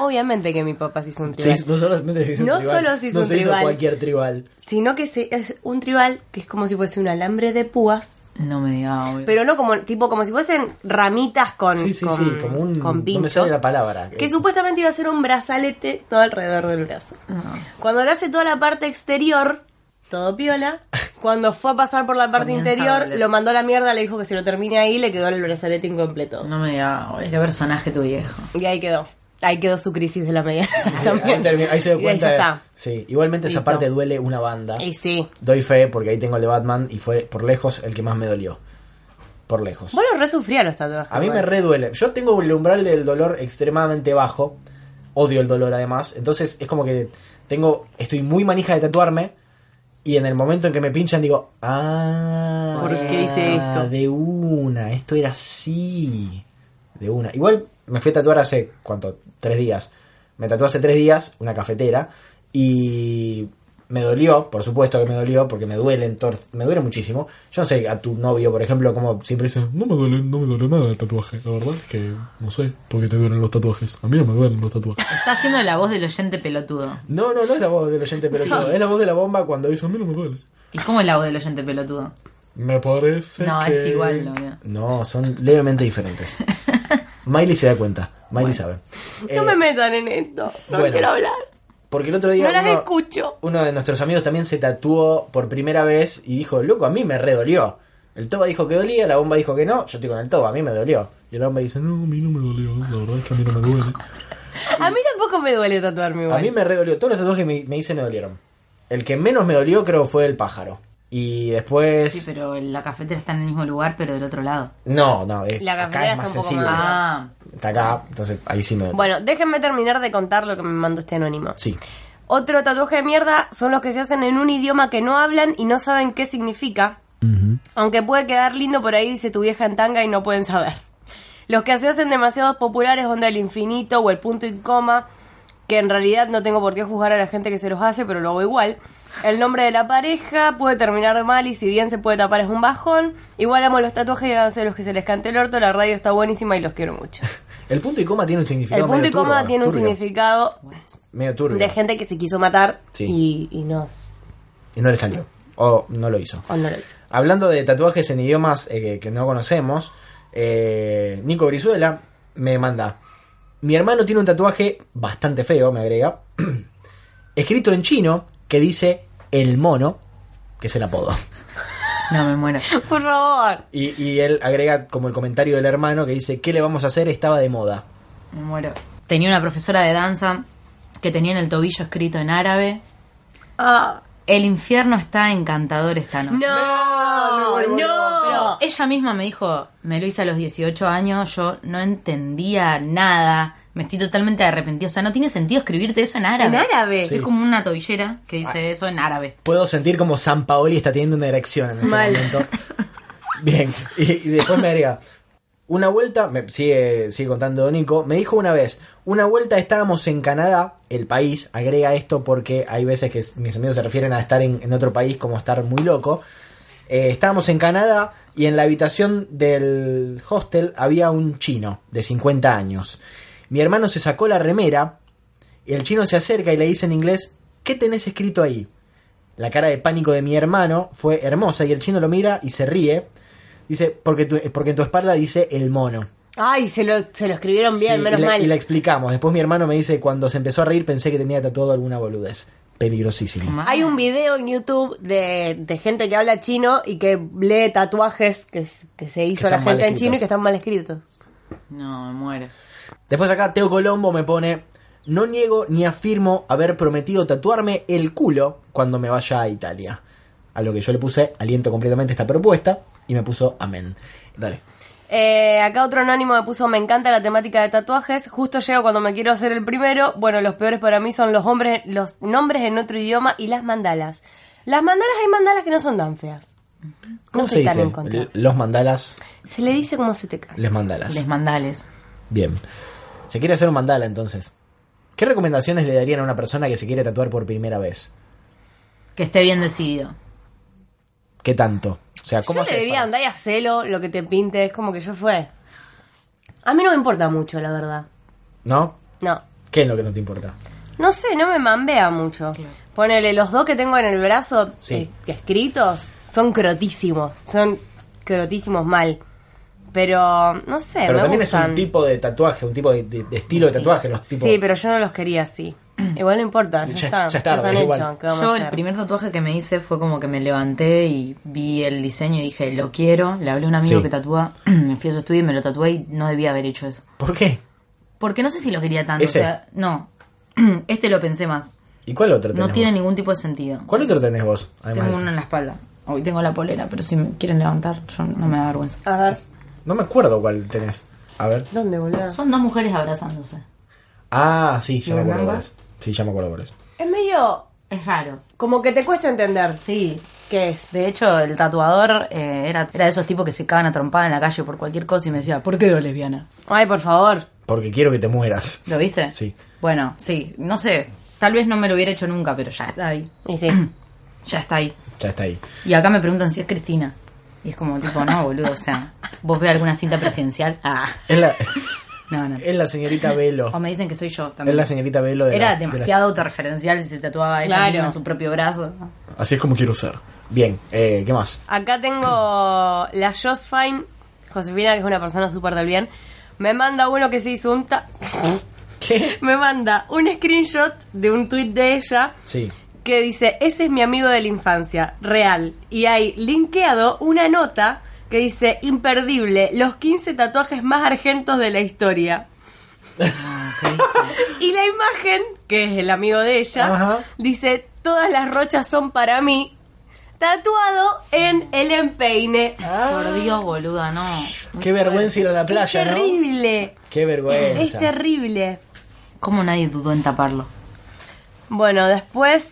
obviamente que mi papá se hizo un Se tribal. hizo- no solamente se hizo No un tribal, solo se hizo no un se hizo tribal. cualquier tribal. Sino que se- es un tribal que es como si fuese un alambre de púas, No me diga, obvio. pero no como tipo como si fuesen ramitas con sí, sí, con- sí, como un... con no me pinchos. sale la palabra. Que supuestamente iba a ser un brazalete todo alrededor del brazo. Ah. Cuando lo hace toda la parte exterior, todo piola. Cuando fue a pasar por la parte Comienza a interior, doler. lo mandó a la mierda, le dijo que se lo termine ahí, le quedó el brazalete incompleto. No me diga, obvio. Qué personaje tu viejo. Y ahí quedó. Ahí quedó su crisis de la media. Sí, ahí, También. termi- ahí se dio Y ahí cuenta. ya de- está. sí, igualmente esa Listo. parte duele una banda. Y sí. Doy fe porque ahí tengo el de Batman y fue por lejos el que más me dolió. Por lejos. Bueno, re sufría los tatuajes. a mí me bueno. re duele. Yo tengo el umbral del dolor extremadamente bajo. Odio el dolor además. Entonces es como que tengo estoy muy manija de tatuarme y en el momento en que me pinchan digo, ah, ¿Por qué hice esto? De una, esto era así. De una. Igual me fui a tatuar hace, ¿cuánto? Tres días. Me tatué hace tres días, una cafetera, y me dolió, por supuesto que me dolió, porque me duele, me duele muchísimo. Yo no sé, a tu novio, por ejemplo, como siempre dice, No me duele, no me duele nada el tatuaje. La verdad es que no sé por qué te duelen los tatuajes. A mí no me duelen los tatuajes. Está haciendo la voz del oyente pelotudo. No, no, no es la voz del oyente pelotudo, Sí. es la voz de la bomba cuando dice. Eso a mí no me duele. ¿Y cómo es la voz del oyente pelotudo? Me parece. No, que- es igual, obvio. No, son levemente diferentes. Miley se da cuenta, Miley sabe. Eh, No me metan en esto. No bueno. quiero hablar. Porque el otro día No las uno, escucho. uno de nuestros amigos también se tatuó por primera vez y dijo, loco, a mí me redolió. El Toba dijo que dolía, la bomba dijo que no, yo estoy con el Toba, a mí me dolió. Y la bomba dice, No, a mí no me dolió. La verdad es que a mí no me duele. A mí tampoco me duele tatuarme igual. A mí me redolió. Todos los tatuajes que me, me hice me dolieron. El que menos me dolió creo fue el pájaro. Y después... Sí, pero la cafetera está en el mismo lugar, pero del otro lado. No, no, es, La acá cafetera es más está un poco sensible. más- Ah, Está acá, entonces ahí sí me dolió. Bueno, déjenme terminar de contar lo que me mandó este anónimo. Sí. Otro tatuaje de mierda son los que se hacen en un idioma que no hablan y no saben qué significa. Aunque puede quedar lindo por ahí, dice tu vieja en tanga y no pueden saber. Los que se hacen demasiados populares, onda el infinito o el punto y coma, que en realidad no tengo por qué juzgar a la gente que se los hace, pero lo hago igual. El nombre de la pareja puede terminar mal y si bien se puede tapar es un bajón. Igual amo los tatuajes y háganse los que se les cante el orto, la radio está buenísima y los quiero mucho. El punto y coma tiene un significado. El punto y medio coma turbio, tiene un turbio, significado Medio turbio. de gente que se quiso matar Sí. y, y no, Y no le salió. O no lo hizo. o no lo hizo. Hablando de tatuajes en idiomas eh, que no conocemos, eh, Nico Brizuela me manda. Mi hermano tiene un tatuaje bastante feo, me agrega, escrito en chino que dice el mono, que es el apodo. no, me muero. Por favor. Y, y él agrega como el comentario del hermano que dice, ¿qué le vamos a hacer? Estaba de moda. Me muero. Tenía una profesora de danza que tenía en el tobillo escrito en árabe. El infierno está encantador esta noche. No, no. Pero Oh, ella misma me dijo, me lo hice a los 18 años, yo no entendía nada, me estoy totalmente arrepentida. O sea, no tiene sentido escribirte eso en árabe. En árabe. Ah. Sí. Es como una tobillera que dice eso en árabe. Puedo sentir como San Paoli está teniendo una erección en este Mal. momento. Bien, y, y después me agrega. Una vuelta, me sigue, sigue contando Nico, me dijo una vez, una vuelta estábamos en Canadá, el país, agrega esto porque hay veces que s- mis amigos se refieren a estar en, en otro país como estar muy loco. Eh, estábamos en Canadá y en la habitación del hostel había un chino de 50 años. Mi hermano se sacó la remera y el chino se acerca y le dice en inglés, ¿qué tenés escrito ahí? La cara de pánico de mi hermano fue hermosa y el chino lo mira y se ríe. Dice, porque, tu- porque en tu espalda dice el mono. Ay, se lo, se lo escribieron bien, Sí, menos y la, mal. Y la explicamos. Después mi hermano me dice, cuando se empezó a reír pensé que tenía tatuado alguna boludez. Peligrosísimo. "Ah, Hay un video en YouTube de, de gente que habla chino y que lee tatuajes que, s- que se hizo Que la están mal gente en chino escritos. y que están mal escritos. No, me muero. Después acá Teo Colombo me pone, no niego ni afirmo haber prometido tatuarme el culo cuando me vaya a Italia. a lo que yo le puse aliento completamente esta propuesta y me puso amén. Dale. Eh, acá otro anónimo me puso, me encanta la temática de tatuajes, justo llego cuando me quiero hacer el primero. Bueno, los peores para mí son los hombres, los nombres en otro idioma y las mandalas. Las mandalas hay mandalas que no son tan feas. ¿Cómo No se estoy tan dice? en contra. L- Los mandalas, Se le dice como se te cae. les mandalas. Les mandales. Bien. Se quiere hacer un mandala entonces. ¿Qué recomendaciones le darían a una persona que se quiere tatuar por primera vez? Que esté bien decidido. ¿Qué tanto? O sea, ¿cómo Yo te haces diría, para- andá y hacelo, lo que te pinte, es como que yo fue. A mí no me importa mucho, la verdad. ¿No? No. ¿Qué es lo que no te importa? No sé, no me mambea mucho. Ponele, los dos que tengo en el brazo Sí. eh, que escritos son crotísimos. Son crotísimos mal. Pero, no sé, Pero me también es gustan. un tipo de tatuaje, un tipo de, de- de estilo de tatuaje, los tipos. Sí, pero yo no los quería así. Igual no importa, ya, Ya- está. ya es tarde, están igual. hechos, ¿qué vamos Yo a el hacer? primer tatuaje que me hice fue como que me levanté y vi el diseño y dije, lo quiero. Le hablé a un amigo Sí. que tatúa, me fui a su estudio y me lo tatué y no debía haber hecho eso. ¿Por qué? Porque no sé si lo quería tanto. ¿Ese? O sea, no. Este lo pensé más. ¿Y cuál otro tenés No tiene vos? ningún tipo de sentido. ¿Cuál otro tenés vos? Tengo Además de uno ese? en la espalda. Hoy tengo la polera, pero si me quieren levantar, yo no me da vergüenza. A ver, No me acuerdo cuál tenés. A ver. ¿dónde, boludo? Son dos mujeres abrazándose. Ah, sí, ya ¿Lo me acuerdo remember? cuál es. Sí, ya me acuerdo cuál es. Es medio Es raro. como que te cuesta entender Sí. qué es. De hecho, el tatuador eh, era, era de esos tipos que se cagan a trompada en la calle por cualquier cosa y me decía, ¿por qué eres lesbiana? Ay, por favor. Porque quiero que te mueras. ¿Lo viste? Sí. Bueno, sí. No sé. Tal vez no me lo hubiera hecho nunca, pero ya está ahí. Y sí. Ya está ahí. Ya está ahí. Y acá me preguntan si es Cristina. Y es como, tipo, no, boludo. O sea, ¿vos ve alguna cinta presidencial? Ah. Es la, No, no. es la señorita Velo. O me dicen que soy yo Es también. la señorita Velo de Era la- de la- demasiado autorreferencial si se tatuaba ella Claro. misma en su propio brazo. Así es como quiero ser. Bien, eh, ¿qué más? Acá tengo la Josfine, Josefina, que es una persona súper del bien. Me manda uno que se hizo un... ta- ¿Qué? Me manda un screenshot de un tweet de ella Sí. que dice, ese es mi amigo de la infancia, real. Y hay linkeado una nota que dice, imperdible, los 15 tatuajes más argentos de la historia. Ah, Y la imagen, que es el amigo de ella, Ajá. dice, todas las rochas son para mí, tatuado en el empeine. Por Dios, boluda, no. Qué vergüenza ir a la playa, es ¿no? terrible, Qué es vergüenza. terrible. ¿Cómo nadie dudó en taparlo? Bueno,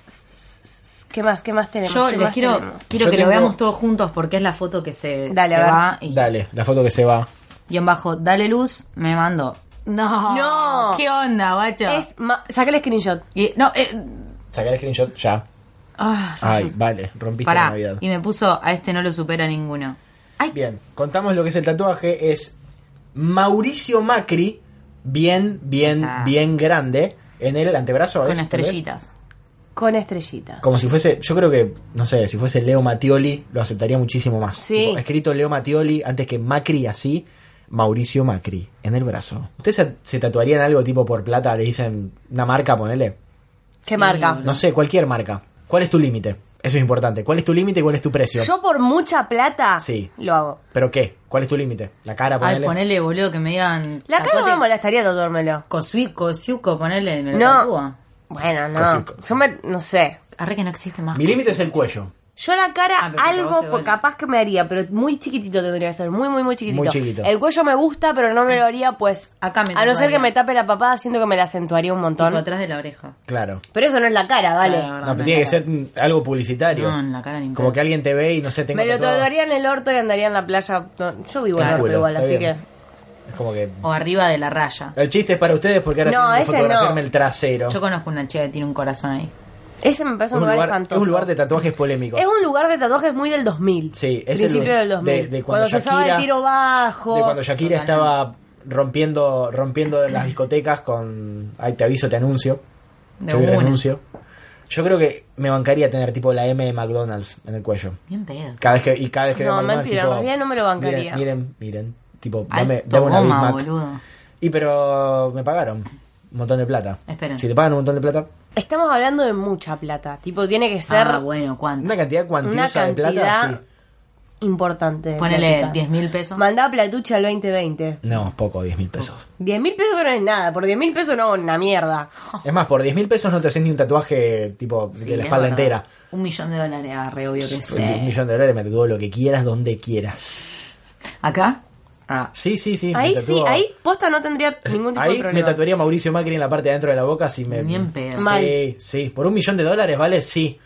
después, ¿qué más? ¿Qué más tenemos? Yo ¿Qué les más quiero, tenemos? quiero Yo que tengo- lo veamos todos juntos porque es la foto que se, Dale, se a ver. va. Y, Dale, la foto que se va. y en bajo, dale luz, me mando. No. No. ¿Qué onda, guacho? Es ma- Saca el screenshot. Y- no, eh, Sacar el screenshot ya. ah, Ay, rayos. vale, rompiste la Pará. Navidad. Y me puso, a este no lo supera ninguno. Ay, Bien, contamos lo que es el tatuaje. Es Mauricio Macri, bien, bien, Ah. bien grande. En el antebrazo, con ¿ves? ¿Lo ves? estrellitas. Con estrellita. Como si fuese, yo creo que, no sé, si fuese Leo Mattioli, lo aceptaría muchísimo más. Sí. Tipo, escrito Leo Mattioli antes que Macri así, Mauricio Macri, en el brazo. ¿Ustedes se, se tatuarían algo tipo por plata? Le dicen una marca, ponele. ¿Qué marca? No sé, cualquier marca. ¿Cuál es tu límite? Eso es importante. ¿Cuál es tu límite y cuál es tu precio? Yo por mucha plata Sí. lo hago. ¿Pero qué? ¿Cuál es tu límite? ¿La cara, Ay, ponele? ponele, boludo, que me digan. La cara no me molestaría tatuármelo. Cosuico, Siuco, ponele, me lo No. tatúa. Bueno, no. Cosico. Yo me, no sé. Arre que no existe más. Mi límite es el cuello. Yo la cara Ah, pero que a vos algo te co- duele. capaz que me haría, pero muy chiquitito tendría que ser, muy muy muy chiquitito. Muy chiquito. El cuello me gusta, pero no me lo haría pues Acá me a no ser tatuaría. que me tape la papada, siento que me la acentuaría un Tipo, montón. atrás de la oreja. Claro. Pero eso no es la cara, vale. Claro, No, no, pero tiene que en la ser mm, algo publicitario. No, en la cara ni en Como pedo. que alguien te ve y no sé, tengo me lo tatuado. tatuaría en el orto y andaría en la playa. No, yo vivo en Claro. el orto Culo, igual, está así bien. que Es como que... O arriba de la raya. El chiste es para ustedes porque ahora No, tienen que ese fotografiarme no. el trasero. Yo conozco una chica que tiene un corazón ahí. ese me parece un, lugar, espantoso. es un lugar de tatuajes polémicos. Es un lugar de tatuajes muy del 2000. Sí, es el principio de- del 2000. de- de cuando se usaba el Shakira- tiro bajo. De cuando Shakira Totalmente. estaba rompiendo rompiendo las discotecas con... Ay, te aviso, te anuncio. De te una. anuncio. Yo creo que me bancaría tener tipo la M de McDonald's en el cuello. Bien pedo. Cada vez que, y cada vez que No, veo McDonald's, mentira, en realidad no me lo bancaría. Miren, miren, miren. Tipo, dame, Alto dame una Big goma, Mac. boludo. Y pero me pagaron un montón de plata. Esperen. Si te pagan un montón de plata, Estamos hablando de mucha plata. Tipo, tiene que ser Ah, bueno, ¿cuánto? una cantidad una cuantiosa cantidad de plata, sí. importante. Ponele plática. 10 mil pesos. Mandá platucha al 2020. No, poco, 10 mil pesos. 10 mil pesos no es nada, por 10 mil pesos no hago una mierda. Es más, por 10 mil pesos no te haces ni un tatuaje tipo Sí, de la es espalda verdad. entera. Un millón de dólares, ah, re obvio que sí. Un millón de dólares me tatúo lo que quieras, donde quieras. ¿Acá? Ah. Sí, sí, sí. me Ahí sí, tatúo- ahí posta no tendría ningún tipo de Ahí me problema. tatuaría a Mauricio Macri en la parte de adentro de la boca si me. Ni en pedo. Mal. Sí, sí. Por un millón de dólares, ¿vale? Sí.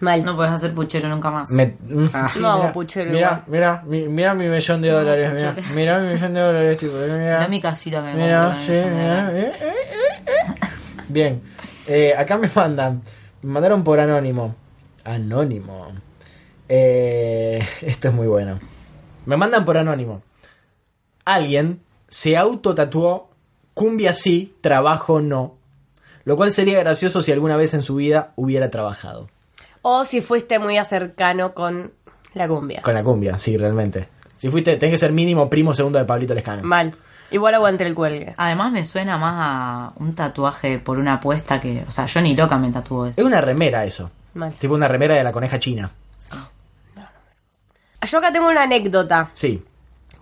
Mal. No podés hacer puchero nunca más. Me... mm, Ah. sí, No hago mira, puchero mira, mira, mi- mira mi millón de dólares, mira, puchero. mira mi millón de dólares, tipo, Mirá mira, mi casita que me mira, compré sí, con el millón de mira, dólares. eh, eh, eh, eh. bien, Eh, acá me mandan, me mandaron por anónimo, anónimo, Eh, esto es muy bueno, me mandan por anónimo, alguien se autotatuó cumbia sí, trabajo no, lo cual sería gracioso si alguna vez en su vida hubiera trabajado O si fuiste muy cercano con la cumbia. con la cumbia, sí, realmente. Si fuiste, tenés que ser mínimo primo segundo de Pablito Lescano. Mal. Igual aguanté el cuelgue. Ah. Además me suena más a un tatuaje por una apuesta que... O sea, yo ni loca me tatúo Es eso. una remera eso. Mal. Tipo una remera de la coneja china. Yo acá tengo una anécdota Sí.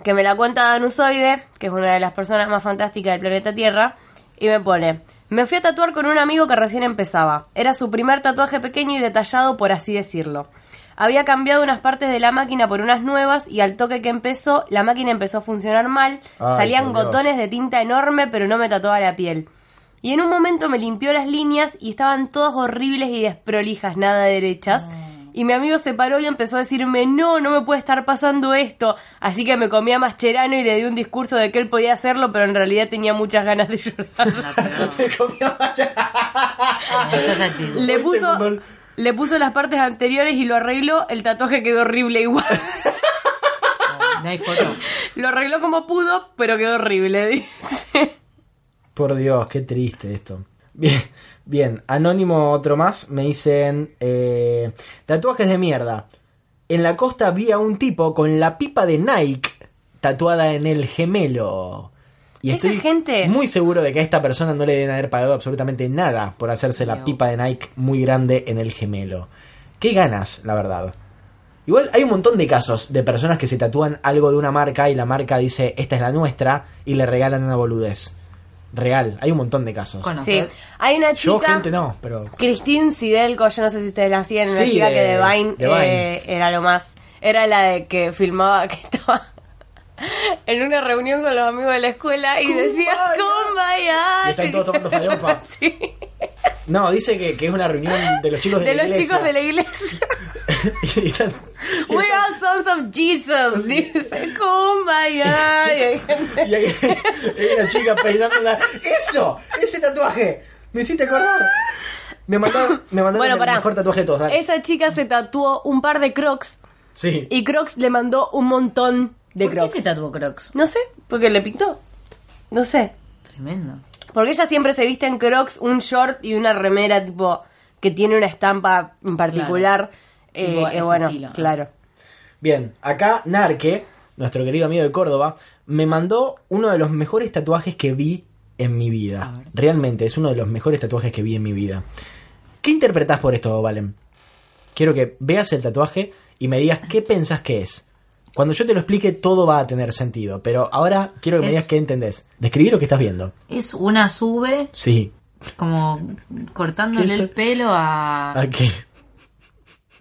que me la cuenta Danusoide, que es una de las personas más fantásticas del planeta Tierra, y me pone, me fui a tatuar con un amigo que recién empezaba. Era su primer tatuaje pequeño y detallado, por así decirlo. Había cambiado unas partes de la máquina por unas nuevas y al toque que empezó, la máquina empezó a funcionar mal, Ay, salían por Dios. gotones de tinta enorme, pero no me tatuaba la piel. Y en un momento me limpió las líneas y estaban todas horribles y desprolijas, nada derechas. Y mi amigo se paró y empezó a decirme, no, no me puede estar pasando esto. Así que me comí a Mascherano y le di un discurso de que él podía hacerlo, pero en realidad tenía muchas ganas de llorar. La peor. Esa es actitud. le, Fuiste puso, como el- le puso las partes anteriores y lo arregló, el tatuaje quedó horrible igual. No hay foto. lo arregló como pudo, pero quedó horrible, dice. Por Dios, qué triste esto. Bien, bien. anónimo otro más. Me dicen eh, tatuajes de mierda. En la costa vi a un tipo con la pipa de Nike tatuada en el gemelo. Y Esa estoy gente- muy seguro de que a esta persona no le deben haber pagado absolutamente nada por hacerse la No. pipa de Nike muy grande en el gemelo. Qué ganas, la verdad. Igual hay un montón de casos de personas que se tatúan algo de una marca y la marca dice, esta es la nuestra, y le regalan una boludez. Real, hay un montón de casos. ¿Conoces? Sí. Hay una Yo, chica... gente, no, pero... Christine Sidelko, yo no sé si ustedes la siguen, una Sí, chica de- que de Vine, de Vine. eh, era lo más. Era la de que filmaba que estaba en una reunión con los amigos de la escuela y decía ¡Kumbaya! Y están todos tomando falopa. Sí, No, dice que, que es una reunión de los chicos de, de la los iglesia. chicos de la iglesia. y están- y We're all sons of Jesus, dice ¡Kumbaya! Y hay gente- Y hay, hay una chica peinándola. ¡Eso! ¡Ese tatuaje! ¿Me hiciste acordar? Me mandaron, me mandaron Bueno, el pará. mejor tatuaje de todos. dale. Esa chica se tatuó un par de crocs Sí. y Crocs le mandó un montón de ¿Por qué crocs. se tatuó Crocs? No sé, porque le pintó. No sé. Tremendo. Porque ella siempre se viste en crocs, un short y una remera tipo que tiene una estampa en particular. Eh, Tipo, eh, es su bueno, estilo, ¿no? claro. Bien, acá Narque, nuestro querido amigo de Córdoba, me mandó uno de los mejores tatuajes que vi en mi A vida. ver. Realmente, es uno de los mejores tatuajes que vi en mi vida. ¿Qué interpretás por esto, Valen? Quiero que veas el tatuaje y me digas qué pensás que es. Cuando yo te lo explique, todo va a tener sentido, pero ahora quiero que me Es- digas qué entendés. Describir lo que estás viendo. Es una sube Sí. como cortándole ¿Qué el está- pelo a, Aquí.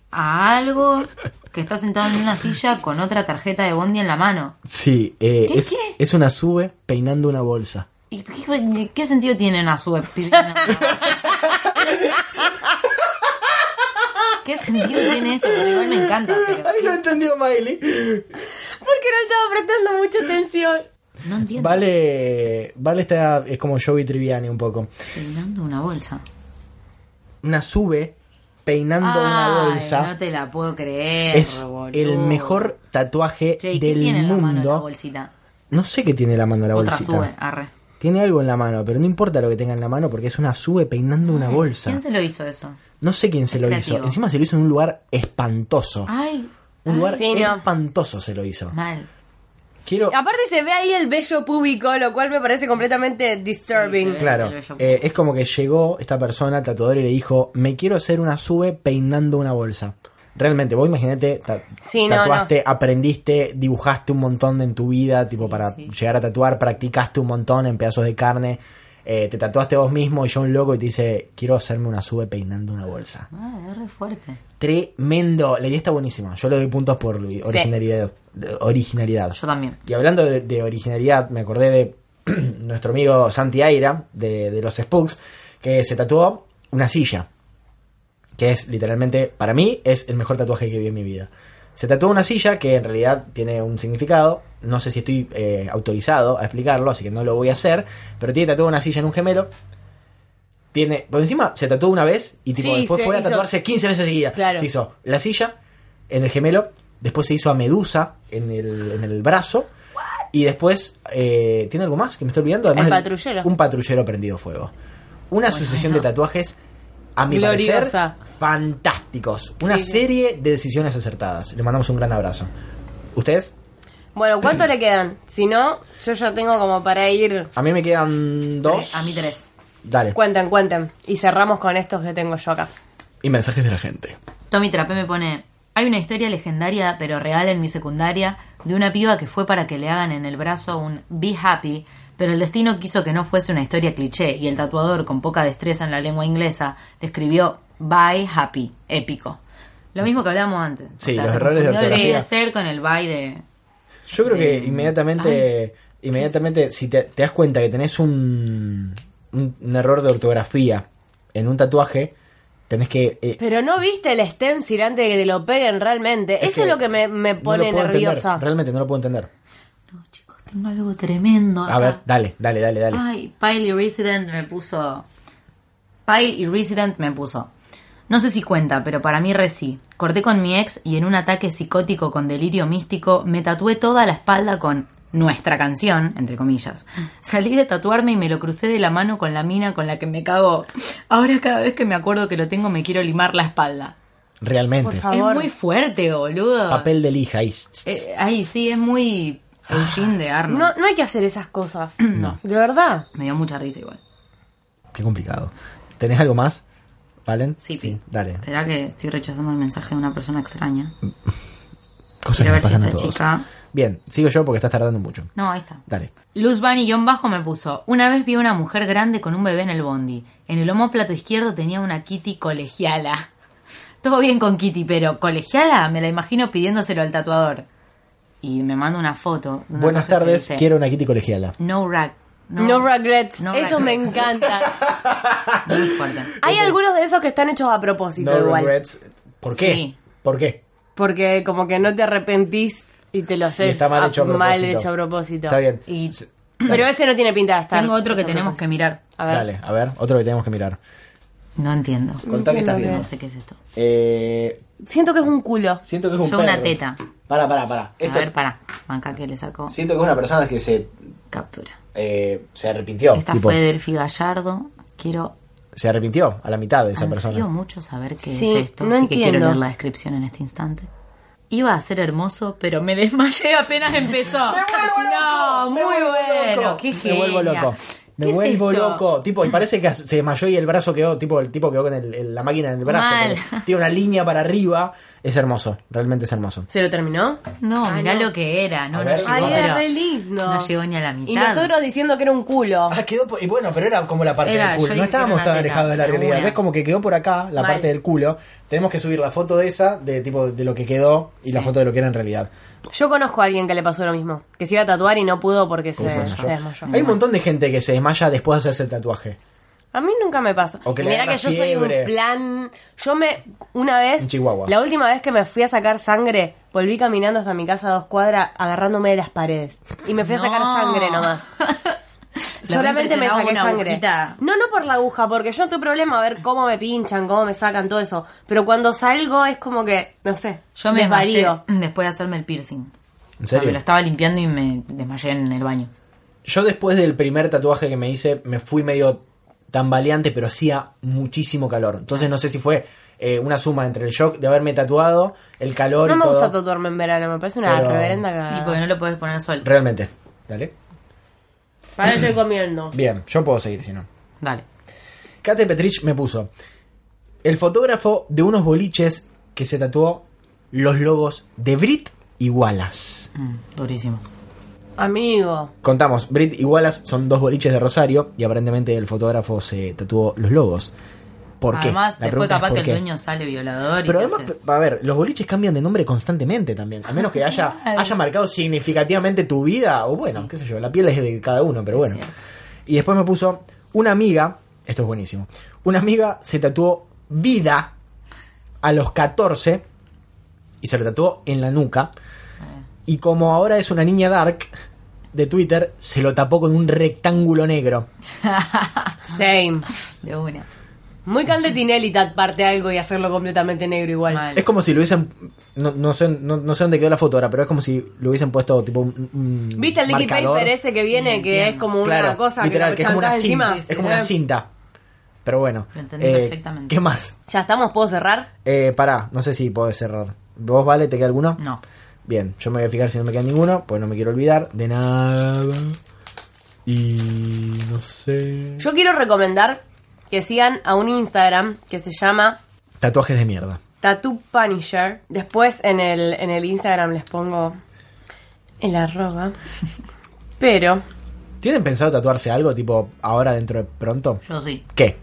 a algo que está sentado en una silla con otra tarjeta de Bondi en la mano. Sí, eh, ¿Qué, es, qué? es una sube peinando una bolsa. ¿Y qué, qué sentido tiene una sube? pidiendo- ¿Qué sentido tiene esto? Porque igual me encanta, pero Ahí lo entendió Miley. Porque no estaba prestando mucha atención. no entiendo. Vale, vale está, es como Joey Triviani un poco. Peinando una bolsa. Una sube peinando una Ay, bolsa. No te la puedo creer. es boludo. el mejor tatuaje Che, ¿y qué del tiene en la mano la mundo. bolsita? no sé qué tiene la mano la Otra bolsita. sube, arre. Tiene algo en la mano, pero no importa lo que tenga en la mano porque es una sube peinando una bolsa. ¿Quién se lo hizo eso? No sé quién se Es lo hizo. creativo. Ah. Encima se lo hizo en un lugar espantoso. Ay, un Ah, lugar sí, no. espantoso se lo hizo. mal. Quiero Ah, Aparte se ve ahí el bello púbico, lo cual me parece completamente disturbing. Sí, se ve. Claro, Pero yo- eh, es como que llegó esta persona, tatuador, y le dijo, me quiero hacer una sube peinando una bolsa. Realmente, vos imagínate, ta- Sí, no, tatuaste, aprendiste, dibujaste un montón en tu vida, tipo para sí. llegar a tatuar, practicaste un montón en pedazos de carne, eh, te tatuaste vos mismo y yo un loco y te dice, quiero hacerme una sube peinando una bolsa. Ah, es re fuerte. Tremendo, la idea está buenísima, yo le doy puntos por originalidad. originalidad. Yo también. Y hablando de, de originalidad, me acordé de nuestro amigo Santi Aira, de, de los Spooks, que se tatuó una silla. Que es literalmente, para mí, es el mejor tatuaje que vi en mi vida. Se tatuó una silla que en realidad tiene un significado. No sé si estoy eh, autorizado a explicarlo, así que no lo voy a hacer. Pero tiene tatuada una silla en un gemelo. Tiene, por encima se tatuó una vez y tipo, Sí, después se fue hizo- a tatuarse 15 veces seguidas. Claro. Se hizo la silla en el gemelo, después se hizo a Medusa en el, en el brazo. Y después, eh, ¿tiene algo más que me estoy olvidando? El del- patrullero. Un patrullero prendido fuego. Una sucesión de tatuajes, a mi Gloriosa. parecer, fantásticos. Una Sí, sí. serie de decisiones acertadas. Le mandamos un gran abrazo. ¿Ustedes? Bueno, ¿cuánto le quedan? Si no, yo ya tengo como para ir. A mí me quedan dos. Tres. A mí tres. Dale. Cuenten, cuenten. Y cerramos con estos que tengo yo acá. Y mensajes de la gente. Tommy Trapé me pone, hay una historia legendaria pero real en mi secundaria de una piba que fue para que le hagan en el brazo un Be Happy, pero el destino quiso que no fuese una historia cliché y el tatuador con poca destreza en la lengua inglesa le escribió Bye Happy, épico. Lo mismo que hablábamos antes. Sí, los errores de confundió el ortografía. de ser con el bye de... Yo creo Eh, que inmediatamente, inmediatamente si te, te das cuenta que tenés un, un, un error de ortografía en un tatuaje, tenés que... eh, Pero no viste el stencil antes de que te lo peguen realmente. Es que Eso es lo que me, me no lo pone puedo entender. nerviosa. Realmente no lo puedo entender. No, chicos, tengo algo tremendo. Ah, A acá. ver, dale, dale, dale, dale. Ay, Pyle y Resident me puso. Pyle y Resident me puso. No sé si cuenta, pero para mí re sí. Corté con mi ex y en un ataque psicótico con delirio místico me tatué toda la espalda con nuestra canción, entre comillas. Salí de tatuarme y me lo crucé de la mano con la mina con la que me cago. Ahora cada vez que me acuerdo que lo tengo me quiero limar la espalda. Realmente. Por favor. Es muy fuerte, boludo. Papel de lija. ahí. Eh, ay, sí, es muy Eugene de Arnold. No, no hay que hacer esas cosas. No. De verdad. Me dio mucha risa igual. Qué complicado. ¿Tenés algo más, Valen? Sí, Pi. Dale. Espera que estoy rechazando el mensaje de una persona extraña. Cosas que Quiero me ver si pasan a esta todos. chica. Bien, sigo yo porque estás tardando mucho. No, ahí está. Dale. Luz Bunny guión bajo me puso. Una vez vi a una mujer grande con un bebé en el bondi. En el homóplato izquierdo tenía una Kitty colegiala. Todo bien con Kitty, pero colegiala me la imagino pidiéndoselo al tatuador. Y me manda una foto. de una mujer Buenas que tardes, dice, quiero una Kitty colegiala. No rag. No, regrets. No Eso me regrets. encanta. ah, Muy fuerte. hay algunos de esos que están hechos a propósito No igual. regrets. ¿Por qué? Sí. ¿Por qué? Porque como que no te arrepentís y te lo Sí, haces está ah, mal hecho a propósito. mal hecho a propósito. Está bien. Y Pero ese no tiene pinta de estar. tengo otro que hecho a tenemos que mirar. propósito. A ver. Dale, a ver, otro que tenemos que mirar. No entiendo. Contá que estás No viendo. sé qué es esto. Eh, Siento que es un culo. siento que es un Yo una perro. teta. Pará, pará, pará. A Esto, ver, para. Manca que le sacó siento que es una persona que se, captura. eh, se arrepintió. Esta tipo, fue Delphi Gallardo. Quiero. Se arrepintió a la mitad de esa Ansío persona. mucho saber qué Sí, es esto, no así que entiendo. quiero leer la descripción en este instante. Iba a ser hermoso, pero me desmayé apenas empezó. no, Me muy vuelvo bueno, loco. qué Me genia. vuelvo loco. Me ¿Qué es vuelvo esto? loco. Tipo, y parece que se desmayó y el brazo quedó, tipo, el tipo quedó con el- el- la máquina en el brazo. Mal. porque Tiene una línea para arriba. Es hermoso, realmente es hermoso. ¿Se lo terminó? No, Ah, mirá no. lo que era, no, A no ver. llegó, Ay, Ahí era pero re lindo. no llegó ni a la mitad. Y nosotros diciendo que era un culo. Ah, quedó por- y bueno, pero era como la parte Era, del yo culo. dije que No era estábamos una tan teta, alejados de la una realidad. uña. Es como que quedó por acá la Mal. parte del culo. Tenemos que subir la foto de esa, de tipo de lo que quedó y la foto de lo que era en realidad. Yo conozco a alguien que le pasó lo mismo. Que se iba a tatuar y no pudo porque se, Porque se se desmayó. desmayó. Hay un montón de gente que se desmaya después de hacerse el tatuaje. A mí nunca me pasó. O que Y le Mirá agarra que yo soy un fiebre. plan. Yo me. Una vez. Un chihuahua. La última vez que me fui a sacar sangre, volví caminando hasta mi casa a dos cuadras agarrándome de las paredes. Y me fui a sacar No. sangre nomás. Solamente me impresionaba saqué una sangre. agujita. No, no por la aguja, porque yo no tuve problema a ver cómo me pinchan, cómo me sacan, todo eso. Pero cuando salgo es como que, no sé, Yo me desmayé desvarío. después de hacerme el piercing. ¿En O sea, serio? me lo estaba limpiando y me desmayé en el baño. Yo después del primer tatuaje que me hice, me fui medio tambaleante, pero hacía muchísimo calor. Entonces no sé si fue eh, una suma entre el shock de haberme tatuado, el calor No y me todo. gusta tatuarme en verano, me parece una Pero- reverenda Y cagada. porque no lo podés poner al sol. Realmente. Dale. Ahora estoy comiendo. Bien, yo puedo seguir si no. Dale. Kate Petrich me puso. El fotógrafo de unos boliches que se tatuó los logos de Brit y Wallace. Mm, durísimo. Amigo. Contamos, Brit y Wallace son dos boliches de Rosario y aparentemente el fotógrafo se tatuó los logos. ¿Por qué? Además, La después pregunta es capaz ¿por que el qué? dueño sale violador y te Pero además, hace- p- a ver, los boliches cambian de nombre constantemente también. A menos que haya, haya marcado significativamente tu vida, o bueno, qué sé yo, la piel es de cada uno, pero bueno. Es cierto. Y después me puso una amiga, esto es buenísimo, una amiga se tatuó vida a los 14 y se lo tatuó en la nuca. Ah. Y como ahora es una niña dark de Twitter, se lo tapó con un rectángulo negro. Same. de una. Muy caldetinelli taparte algo y hacerlo completamente negro igual. Mal. Es como si lo hubiesen. No, no, sé, no, no sé dónde quedó la foto ahora, pero es como si lo hubiesen puesto tipo un. un ¿Viste el Licky marcador? Paper ese que viene que es como una Claro, cosa literal, lo que es como una chantás cinta. encima? Es como una cinta. Pero bueno. eh, Lo entendí perfectamente. ¿Qué más? Ya estamos, ¿puedo cerrar? Eh, pará, no sé si podés cerrar. ¿Vos, Vale, te queda alguno? No. Bien, yo me voy a fijar si no me queda ninguno, pues no me quiero olvidar de nada. Y no sé. Yo quiero recomendar que sigan a un Instagram que se llama Tatuajes de mierda. Tattoo Punisher. Después en el, en el Instagram les pongo el arroba. Pero ¿Tienen pensado tatuarse algo, tipo, ahora dentro de pronto? Yo sí. ¿Qué?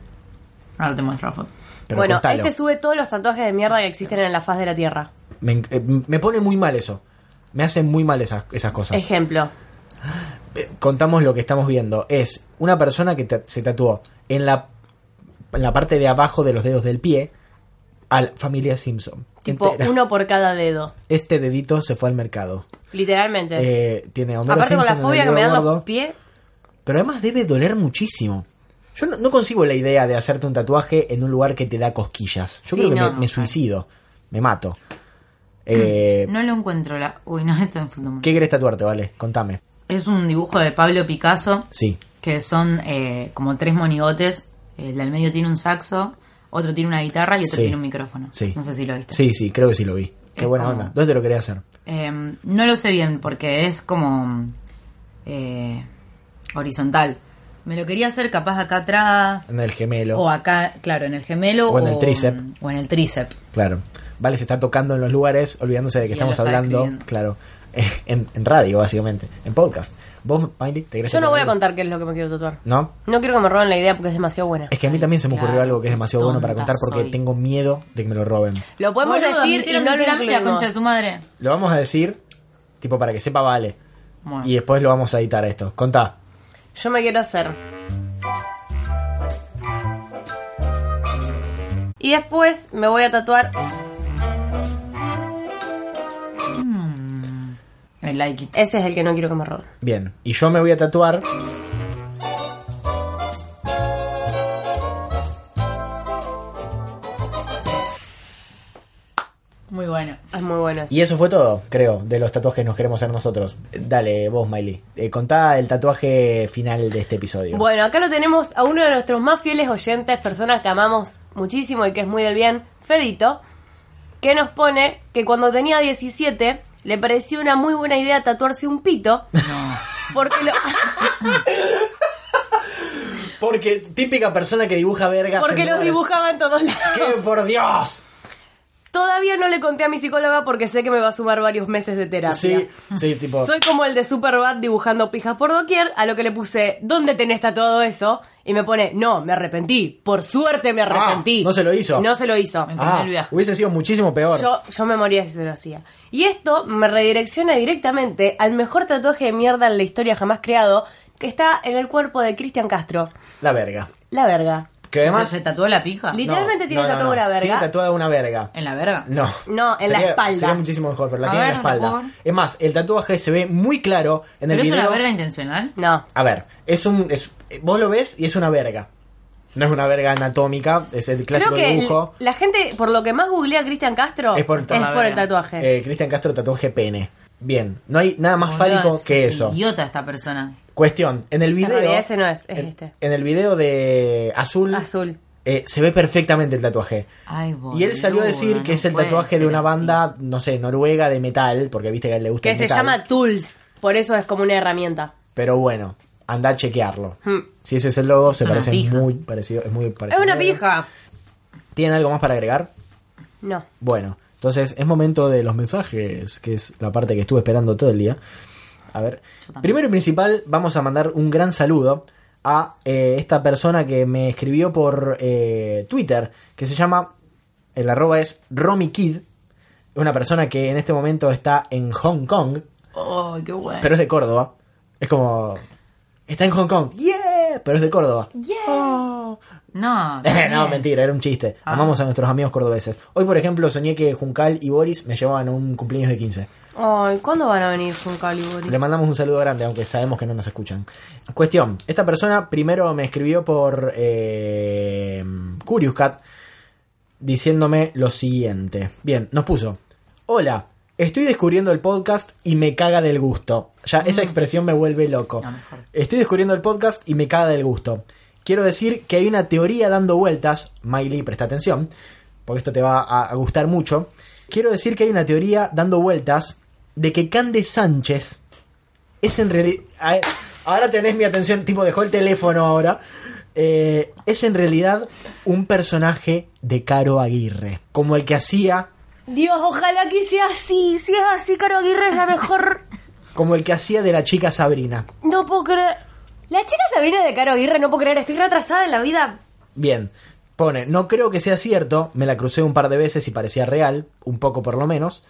Ahora te muestro la foto. Pero bueno, contalo. este sube todos los tatuajes de mierda que existen en la faz de la tierra. me, enc- eh, me pone muy mal eso. Me hacen muy mal esas, esas cosas. Ejemplo. Eh, contamos lo que estamos viendo. Es una persona que ta- se tatuó en la, en la parte de abajo de los dedos del pie a la familia Simpson. Tipo, Entera. uno por cada dedo. Este dedito se fue al mercado. Literalmente. Eh, tiene a Homero Aparte con la Simpson en fobia el que me dedo dan los gordo. pies. Pero además debe doler muchísimo. Yo no, no concibo la idea de hacerte un tatuaje en un lugar que te da cosquillas. Yo Sí, creo que no, me, no, me claro. suicido. Me mato. Eh, Mm. No lo encuentro la. Uy, no, esto enfrentó mucho. ¿Qué querés tatuarte, vale? Contame. Es un dibujo de Pablo Picasso Sí. que son eh, como tres monigotes. El del medio tiene un saxo, otro tiene una guitarra y otro Sí. tiene un micrófono. Sí. No sé si lo viste. Sí, sí, creo que sí lo vi. Qué Es buena como- onda. ¿Dónde te lo quería hacer? Eh, no lo sé bien porque es como eh, horizontal. Me lo quería hacer capaz acá atrás. En el gemelo. O acá, claro, en el gemelo. O en el tríceps. O en el tríceps. Claro. Vale, se está tocando en los lugares, olvidándose de que Y él lo estamos está hablando, escribiendo. claro, en, en radio, básicamente, en podcast. ¿Vos, Miley, te querés Yo no voy a tatuar contar qué es lo que me quiero tatuar. algo? ¿No? No quiero que me roben la idea porque es demasiado buena. Es que a mí también se me ocurrió claro, algo que es demasiado qué bueno para tonta contar porque soy. tengo miedo de que me lo roben. Lo podemos Boludo, decir y mentira, no lo mentira, mentira, incluimos. concha de su madre. Lo vamos a decir, tipo, para que sepa Vale. Ah. Bueno. Y después lo vamos a editar esto. Contá. Yo me quiero hacer. Y después me voy a tatuar. I like it. Ese es el que no quiero que me roben. Bien. Y yo me voy a tatuar. Muy bueno. Es muy bueno. ese. Y eso fue todo, creo, de los tatuajes que nos queremos hacer nosotros. Dale, vos, Miley. Eh, contá el tatuaje final de este episodio. Bueno, acá lo tenemos a uno de nuestros más fieles oyentes, personas que amamos muchísimo y que es muy del bien, Fedito, que nos pone que cuando tenía 17 le pareció una muy buena idea tatuarse un pito. Porque lo, Porque típica persona que dibuja vergas. porque en los lugares- dibujaba en todos lados. ¡Qué por Dios! Todavía no le conté a mi psicóloga porque sé que me va a sumar varios meses de terapia. Sí, sí, tipo. Soy como el de Superbad dibujando pijas por doquier, a lo que le puse, ¿dónde tenés todo eso? Y me pone, no, me arrepentí. Por suerte me arrepentí. Ah, no se lo hizo. No se lo hizo. Me comí Ah, el viaje. hubiese sido muchísimo peor. Yo, yo me moría si se lo hacía. Y esto me redirecciona directamente al mejor tatuaje de mierda en la historia jamás creado, que está en el cuerpo de Cristian Castro. La verga. La verga. Que además. ¿Se tatuó la pija? Li- Ah, no, Literalmente tiene tatuada una verga. Tiene tatuada una verga. ¿En la verga? No. No, en la Sería- espalda. Sería muchísimo mejor, pero la A tiene en ver, la espalda. por favor. Es más, el tatuaje se ve muy claro en el ¿Pero es video. una verga intencional? No. A ver, es un. Es, vos lo ves y es una verga. No es una verga anatómica, es el Creo clásico que dibujo. la gente, por lo que más googlea a Cristian Castro, Es por el tatuaje. el tatuaje. Eh, Cristian Castro tatuaje pene. Bien, no hay nada más Boludo, fálico es que eso. Idiota esta persona. Cuestión, en el video. realidad ese no es, es en, este. en el video de Azul. Azul. eh, se ve perfectamente el tatuaje. Ay, boludo, y él salió a decir que no es el puede tatuaje de ser una así. banda, no sé, noruega de metal, porque viste que a él le gusta Que el se metal. llama Tools. Por eso es como una herramienta. Pero bueno, anda a chequearlo. Hmm. Si ese es el logo, se una parece pija. muy parecido. Es muy Es parecido. una pija. ¿Tienen algo más para agregar? No. Bueno, entonces es momento de los mensajes, que es la parte que estuve esperando todo el día. A ver, también. primero y principal, vamos a mandar un gran saludo a eh, esta persona que me escribió por eh, Twitter, que se llama, el arroba es RomiKid, una persona que en este momento está en Hong Kong, Oh, qué bueno. pero es de Córdoba. Es como, está en Hong Kong, yeah, pero es de Córdoba. Oh, No, no, bien. mentira, era un chiste. Ah. Amamos a nuestros amigos cordobeses. Hoy, por ejemplo, soñé que Juncal y Boris me llevaban a un cumpleaños de 15. Ay, ¿cuándo van a venir con Calibur? Le mandamos un saludo grande, aunque sabemos que no nos escuchan. Cuestión, esta persona primero me escribió por eh, Curious Cat diciéndome lo siguiente. Bien, nos puso. Hola, estoy descubriendo el podcast y me caga del gusto. Ya, esa expresión me vuelve loco. Mm. No, mejor. Estoy descubriendo el podcast y me caga del gusto. Quiero decir que hay una teoría dando vueltas. Miley, presta atención, porque esto te va a, a gustar mucho. Quiero decir que hay una teoría dando vueltas de que Cande Sánchez es en realidad... Ahora tenés mi atención, tipo dejó el teléfono ahora. Eh, es en realidad un personaje de Caro Aguirre, como el que hacía Dios, ojalá que sea así. Si es así, Caro Aguirre es la mejor. como el que hacía de la chica Sabrina. No puedo creer. La chica Sabrina de Caro Aguirre, no puedo creer. Estoy retrasada en la vida. Bien. Pone, no creo que sea cierto, me la crucé un par de veces y parecía real, un poco por lo menos,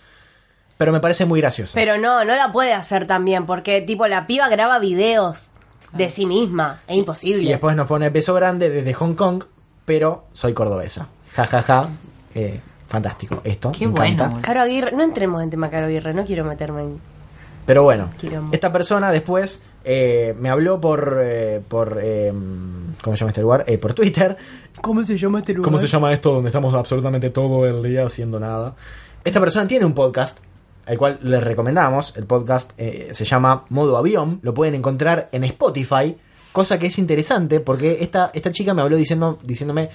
pero me parece muy gracioso. Pero no, no la puede hacer también. Porque, tipo, la piba graba videos de sí misma. Es imposible. y después nos pone beso grande desde Hong Kong, pero soy cordobesa. Ja, ja, ja. Eh, fantástico esto. Qué me encanta. bueno. Caro Aguirre, no entremos en tema Caro Aguirre, no quiero meterme en... Pero bueno, Quilombo. esta persona después eh, me habló por, eh, por eh, ¿cómo se llama este lugar? Eh, por Twitter. ¿Cómo se llama este lugar? ¿Cómo se llama esto donde estamos absolutamente todo el día haciendo nada? Esta persona tiene un podcast, al cual les recomendamos. El podcast eh, se llama Modo Avión. Lo pueden encontrar en Spotify. Cosa que es interesante porque esta, esta chica me habló diciendo, diciéndome,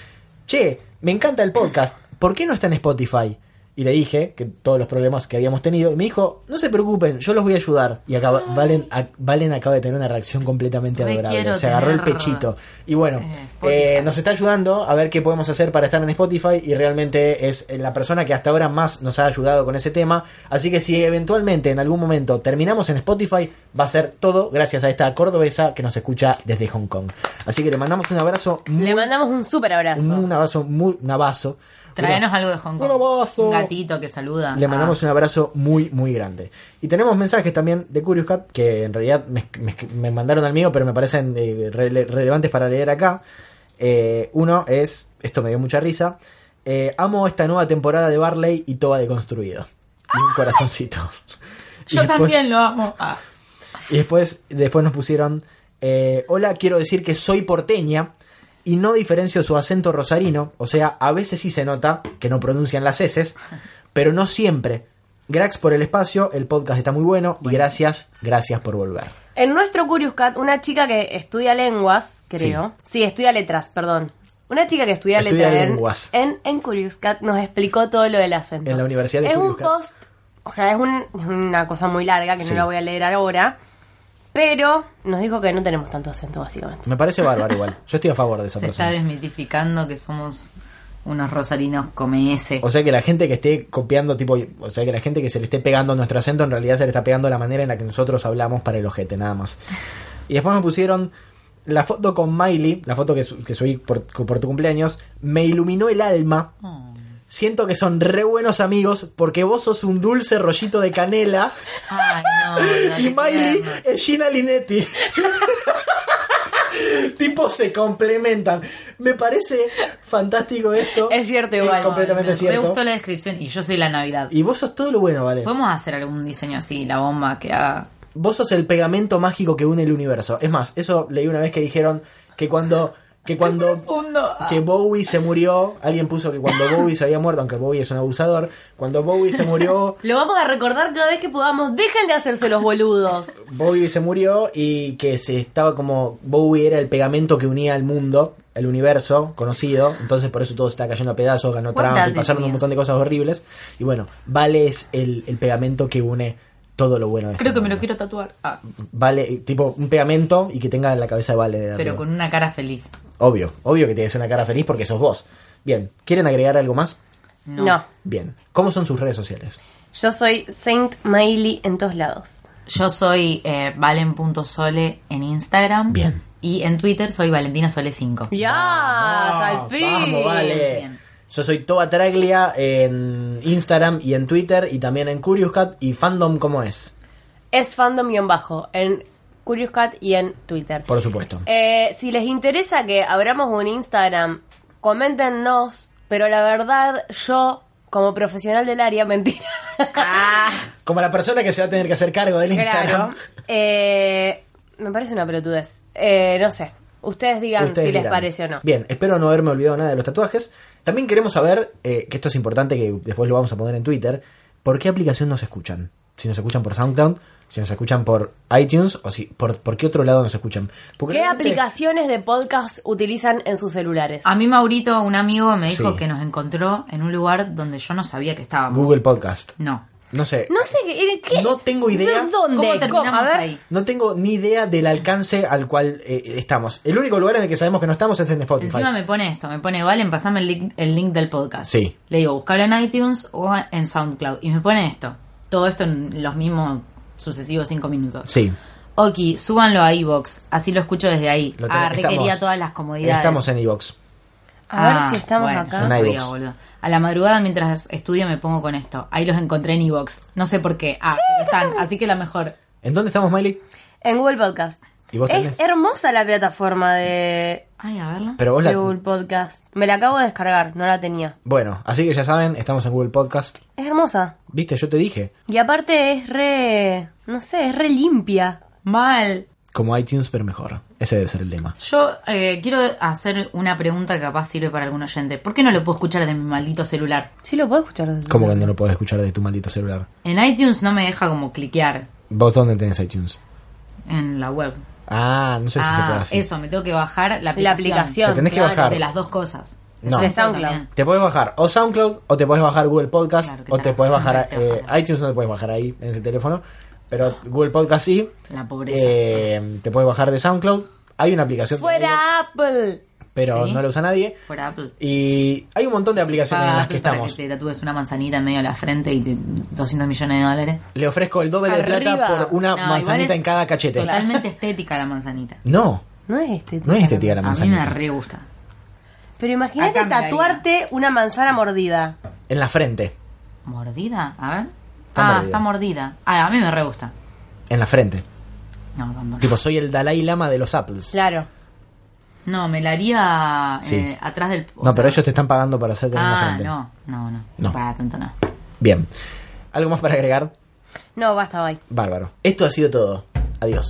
che, me encanta el podcast. ¿Por qué no está en Spotify? Y le dije que todos los problemas que habíamos tenido. Y me dijo, no se preocupen, yo los voy a ayudar. Y acá, Valen, ac- Valen acaba de tener una reacción completamente Re adorable. quiero Se agarró el tener- pechito. Y bueno, Eh, eh, Spotify. nos está ayudando a ver qué podemos hacer para estar en Spotify y realmente es eh, la persona que hasta ahora más nos ha ayudado con ese tema. Así que si eventualmente en algún momento terminamos en Spotify, va a ser todo gracias a esta cordobesa que nos escucha desde Hong Kong. Así que le mandamos un abrazo, muy- Le mandamos un súper abrazo. un abrazo, muy, un abrazo. Traenos algo de Hong Kong. Un abrazo. Un gatito que saluda. Ah. Le mandamos un abrazo muy, muy grande. Y tenemos mensajes también de Curious Cat, que en realidad me, me- me mandaron al mío, pero me parecen eh, rele- relevantes para leer acá. Eh, uno es, esto me dio mucha risa, eh, amo esta nueva temporada de Barley y Toba de Construido. Y un corazoncito. Yo Y después- también lo amo. Ah, Y después, después nos pusieron, eh, hola, quiero decir que soy porteña y no diferencio su acento rosarino, o sea, a veces sí se nota que no pronuncian las heces, pero no siempre. Grax por el espacio, el podcast está muy bueno, y gracias, gracias por volver. En nuestro Curious Cat, una chica que estudia lenguas, creo. Sí, estudia letras, perdón. Una chica que estudia, Estudia letras en- lenguas. En, en Curious Cat nos explicó todo lo del acento. En la Universidad de Es Curious un Cat. post, o sea, es, un- es una cosa muy larga que Sí. no la voy a leer ahora. Pero nos dijo que no tenemos tanto acento, básicamente. Me parece bárbaro igual, yo estoy a favor de esa se está persona. desmitificando que somos unos rosarinos come ese. O sea que la gente que esté copiando, tipo, o sea que la gente que se le esté pegando nuestro acento, en realidad se le está pegando la manera en la que nosotros hablamos para el ojete, nada más. Y después me pusieron la foto con Miley, la foto que, su- que subí por, por tu cumpleaños, me iluminó el alma. Siento que son re buenos amigos porque vos sos un dulce rollito de canela Ay, no. la y que Miley tierna. es Gina Linetti. tipo se complementan. Me parece fantástico esto. Es cierto igual. completamente Me re cierto. gustó la descripción y yo soy la Navidad. Y vos sos todo lo bueno, ¿vale? ¿Podemos hacer algún diseño así, la bomba que haga? Vos sos el pegamento mágico que une el universo. Es más, eso leí una vez que dijeron que cuando. Que cuando. Profundo. Que Bowie se murió. Alguien puso que cuando Bowie se había muerto, aunque Bowie es un abusador. Cuando Bowie se murió. Lo vamos a recordar cada vez que podamos. Dejen de hacerse los boludos. Bowie se murió y que se estaba como. Bowie era el pegamento que unía al mundo, el universo conocido. Entonces por eso todo se está cayendo a pedazos, ganó Trump ¿Cuántas y pasaron un teorías? montón de cosas horribles. Y bueno, Vale es el, el pegamento que une todo lo bueno de este Creo que me lo mundo. quiero tatuar. Ah, Vale, tipo un pegamento y que tenga la cabeza de Vale. de pero arriba. con una cara feliz. Obvio, obvio que tienes una cara feliz porque sos vos. Bien, ¿quieren agregar algo más? No. Bien. ¿Cómo son sus redes sociales? Yo soy Saint Miley en todos lados. Yo soy eh, valen.sole en Instagram. Bien. Y en Twitter soy Valentina Sole 5. ¡Ya! ¡Al fin! Vamos, vale. Bien. Yo soy Toba Traglia en Instagram y en Twitter y también en Curious Cat y Fandom como es, Es fandom guión bajo en Curious Cat y en Twitter. por supuesto. Eh, si les interesa que abramos un Instagram, coméntenos, pero la verdad, yo, como profesional del área, mentira. Como la persona que se va a tener que hacer cargo del Instagram. Ah, Claro. Eh, me parece una pelotudez. Eh, no sé. Ustedes digan Ustedes si les dirán. parece o no. Bien, espero no haberme olvidado nada de los tatuajes. También queremos saber, eh, que esto es importante, que después lo vamos a poner en Twitter, ¿por qué aplicación nos escuchan? Si nos escuchan por SoundCloud, si nos escuchan por iTunes o si por, por qué otro lado nos escuchan. Porque ¿Qué realmente- aplicaciones de podcast utilizan en sus celulares? A mí Maurito, un amigo, me dijo Sí. que nos encontró en un lugar donde yo no sabía que estábamos. Google Podcast. No. No sé. No sé qué. eh, ¿qué? No tengo idea. ¿De ¿Dónde? ¿Cómo terminamos A ver. ahí? No tengo ni idea del alcance al cual eh, estamos. El único lugar en el que sabemos que no estamos es en Spotify. Encima me pone esto, me pone, Valen, pasame el link, el link del podcast. Sí. Le digo, buscalo en iTunes o en SoundCloud. Y me pone esto. Todo esto en los mismos sucesivos cinco minutos. Sí. Ah, Ok, súbanlo a iVox, así lo escucho desde ahí. Lo ten- ah, estamos- requería todas las comodidades. Estamos en Evox. A ver Ah, si estamos bueno, yo acá. no En sabía, iVoox. boludo. A la madrugada mientras estudio me pongo con esto. Ahí los encontré en iVox. No sé por qué. Ah, pero están, así que la mejor. ¿En dónde estamos, Miley? En Google Podcast. ¿Y vos es tenés? hermosa la plataforma de, Ay, a verla. Pero vos de la- Google Podcast. Me la acabo de descargar, no la tenía. Bueno, así que ya saben, estamos en Google Podcast. Es hermosa. Viste, yo te dije. Y aparte es re. No sé, es re limpia. Mal. Como iTunes, pero mejor. Ese debe ser el tema. Yo eh, quiero hacer una pregunta que capaz sirve para algún oyente. ¿Por qué no lo puedo escuchar de mi maldito celular? Sí, lo puedo escuchar desde Como cuando lo puedes escuchar de tu maldito celular. En iTunes no me deja como cliquear ¿Vos dónde tenés iTunes? en la web. Ah, no sé si se puede ah, así. eso, me tengo que bajar la aplicación. La aplicación. Te tenés que claro. bajar. De las dos cosas. No. Eso De SoundCloud. también. Te puedes bajar o SoundCloud, o te puedes bajar Google Podcast, Claro, que o te tenés puedes razón, bajar parece eh, bajar. iTunes, no te puedes bajar ahí en ese teléfono. Pero Ah. Google Podcast sí. La pobreza. Eh, te puedes bajar de SoundCloud. Hay una aplicación. de iVoox, ¡Fuera Apple! Pero Sí. no la usa nadie. Fuera Apple. Y hay un montón de aplicaciones en Paga las que Apple para estamos. que te tatúes una manzanita en medio de la frente y te- 200 millones de dólares. Le ofrezco el doble de Arriba. plata por una No, igual manzanita es en cada cachete. Totalmente estética la manzanita. No, No es este. no es estética la A mí me manzanita. re gusta. Pero imagínate Acá me la haría. tatuarte una manzana mordida. En la frente. ¿Mordida? A ver. Está ah, mordida. está mordida. Ah, a mí me re gusta. En la frente. No, cuando- Tipo, soy el Dalai Lama de los Apples. Claro. No, me la haría Sí. eh, atrás del. o No, sea- pero ellos te están pagando para hacerte en la Ah, frente. no, no, no. No. Para tanto, no. Bien. ¿Algo más para agregar? No, basta, bye. Bárbaro. Esto ha sido todo. Adiós.